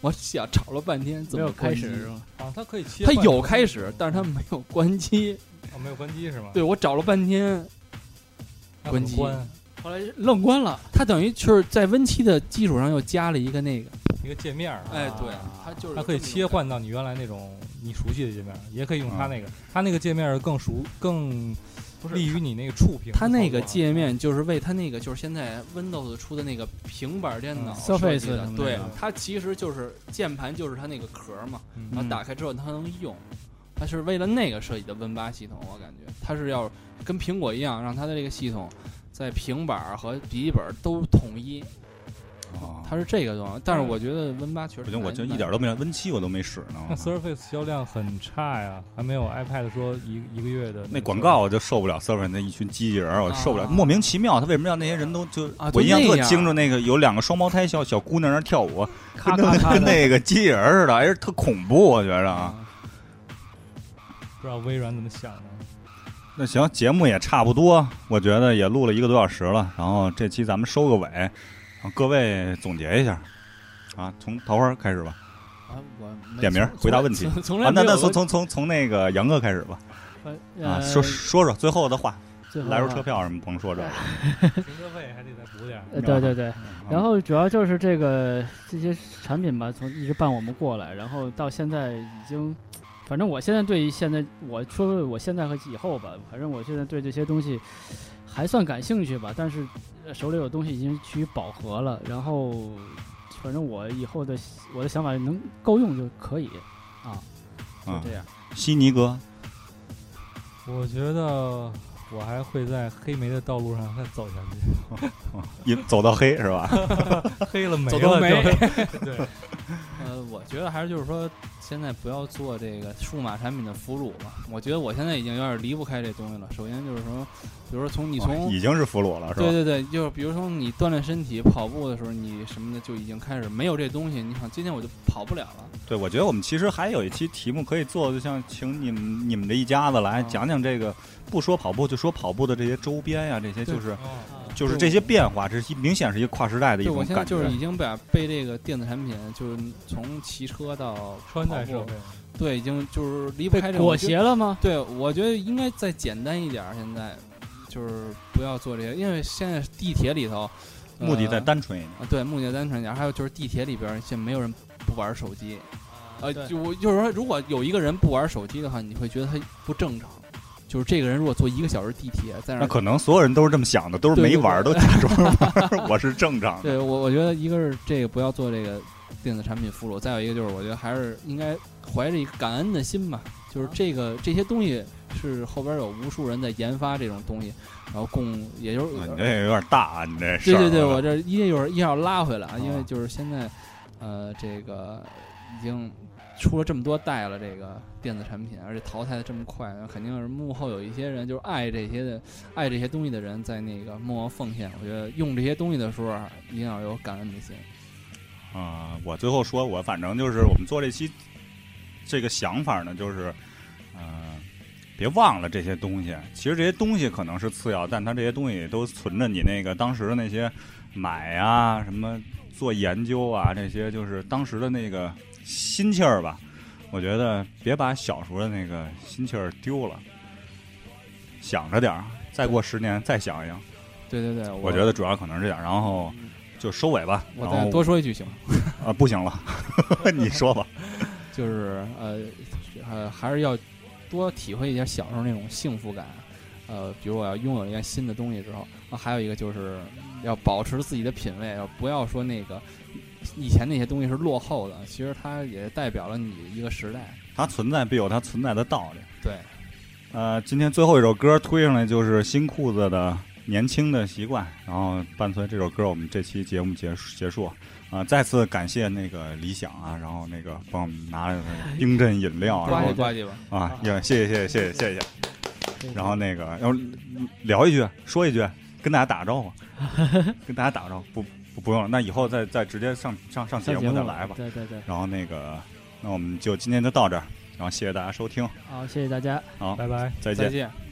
我想找了半天怎
没
么
有开
关
始
机
是吗？
啊，它可以切
它
换成那种，
有开始，但是它没有关机。
它哦没有关机是吗？
嗯对，我找了半天，
它怎么
关机
关
后来 愣关了，
它等于就是在 Win 七的基础上又加了一个那个，
一个界面儿，
哎，
啊
对，它就是
它可以切
换。
换到你原来那种你熟悉的界面儿，也可以用它
啊
那个，它那个界面儿更熟，更
不是
利于你那个触屏的操作啊。
它那个界面就是为它那个就是现在 Windows 出的那个平板电脑
嗯
设计
Surface 什
的
么，的
对
那个，
它其实就是键盘就是它那个壳嘛，
嗯，
然
嗯
后打开之后它能用，它是为了那个设计的 Win 八系统，我感觉它是要跟苹果一样，让它的这个系统在平板儿和笔记本儿都统一，
啊
它是这个东西。但是我觉得 Win 八确实
不行，我
难
就一点都没有 Win 七我都没使呢。
那 Surface 销量很差呀，还没有 iPad 说一一个月的
那
个
广
销
告
量
我就受不了 Surface 那一群机器人儿，我受不了，
啊
莫名其妙，他为什么让那些人都就
啊
我
就
印象
那
特
样
清楚，那个有两个双胞胎小小姑娘那儿跳舞，
咔
跟
咔
那
咔
跟
的。
那个机器人儿似的，哎，特恐怖，我觉着啊。
啊，
不知道微软怎么想的。
那行，节目也差不多，我觉得也录了一个多小时了，然后这期咱们收个尾，然后各位总结一下。啊，从桃花开始吧，
啊我没
点名儿
从
回答问题
从从
啊
来，没
那
有
那从
问
从从从那个杨哥开始吧，啊，
呃
说说说最后的话，
最后
来
啊
回车票什么甭说这个，
停车费还得再补点儿。
呃，对对对，然后主要就是这个这些产品吧，从一直伴我们过来，然后到现在已经，反正我现在对于现在我说说我现在和以后吧，反正我现在对这些东西还算感兴趣吧，但是呃手里有东西已经趋于饱和了，然后反正我以后的我的想法能够用就可以，就
啊，
这样。
悉尼哥，
我觉得我还会在黑莓的道路上再走下 去，
一走到黑是吧？
黑了没
走到
了
没
就 对。
呃，我觉得还是就是说，现在不要做这个数码产品的俘虏了。我觉得我现在已经有点离不开这东西了。首先就是说，比如说从你从、
哦已经是俘虏了是吧？
对对对，就是比如说你锻炼身体、跑步的时候，你什么的就已经开始没有这东西，你想今天我就跑不了了。
对，我觉得我们其实还有一期题目可以做，就像请你们你们这一家子来
啊
讲讲这个，不说跑步，就说跑步的这些周边呀、这些
对
就是
哦
就是
对
这些变化，这是一明显是一个跨时代的一
对，
种
我现在
感觉。
就是已经把被这个电子产品，就是从骑车到
穿戴
跑
设
步
备，
对，已经就是离不开
被
这个。我
裹
觉得
挟了吗？
对，我觉得应该再简单一点。儿。现在就是不要做这些，因为现在地铁里头，呃
目的再单纯一点。
啊，对，目的单纯一点。还有就是地铁里边儿，现在没有人不玩手机。呃，
对
就我就是说，如果有一个人不玩手机的话，你会觉得他不正常。就是这个人如果坐一个小时地铁在那
那
儿，
可能所有人都是这么想的，都是
对
没
对
玩儿，都
对
假装玩儿。我是正常的。
对我我觉得一个是这个不要做这个电子产品俘虏，再有一个就是我觉得还是应该怀着一个感恩的心吧。就是这个这些东西是后边有无数人在研发这种东西，然后供也就是
啊你这有点大啊，你这事
对
儿
对对，
啊
我这一定就是一定要拉回来啊，因
啊
为就是现在，呃，这个已经出了这么多代了，这个电子产品，而且淘汰的这么快，肯定是幕后有一些人就是爱这些的，爱这些东西的人在那个默默奉献。我觉得用这些东西的时候啊，一定要有感恩的心。
啊、我最后说，我反正就是我们做这期这个想法呢，就是，呃，别忘了这些东西。其实这些东西可能是次要，但它这些东西都存着你那个当时的那些买啊、什么做研究啊，这些就是当时的那个心气儿吧。我觉得别把小时候的那个心气儿丢了，想着点儿，再过十年再想一想。
对对对，我
我觉得主要可能是这样，然后就收尾吧。
我
然
再
后
多说一句行吗，
啊，不行了， 你说吧。
就是呃呃，还是要多体会一下小时候那种幸福感。呃，比如我要拥有一个新的东西之后，啊、还有一个就是要保持自己的品味，不要说那个以前那些东西是落后的，其实它也代表了你一个时代。
它存在必有它存在的道理。
对，
呃，今天最后一首歌推上来就是新裤子的《年轻的习惯》，然后伴随这首歌，我们这期节目结束结束。啊、再次感谢那个理想啊，然后那个帮我们拿了冰镇饮料，然
呱
后
唧呱唧吧，
啊，也谢谢谢谢谢谢谢谢。然后那个，要不聊一句，说一句，跟大家打个招呼，跟大家打个招呼，不不不用了，那以后再再直接上上上节
上
目再
了
来吧。
对对对，
然后那个，那我们就今天就到这儿，然后谢谢大家收听，
好，谢谢大家。
好，
拜拜。
再见
再。见。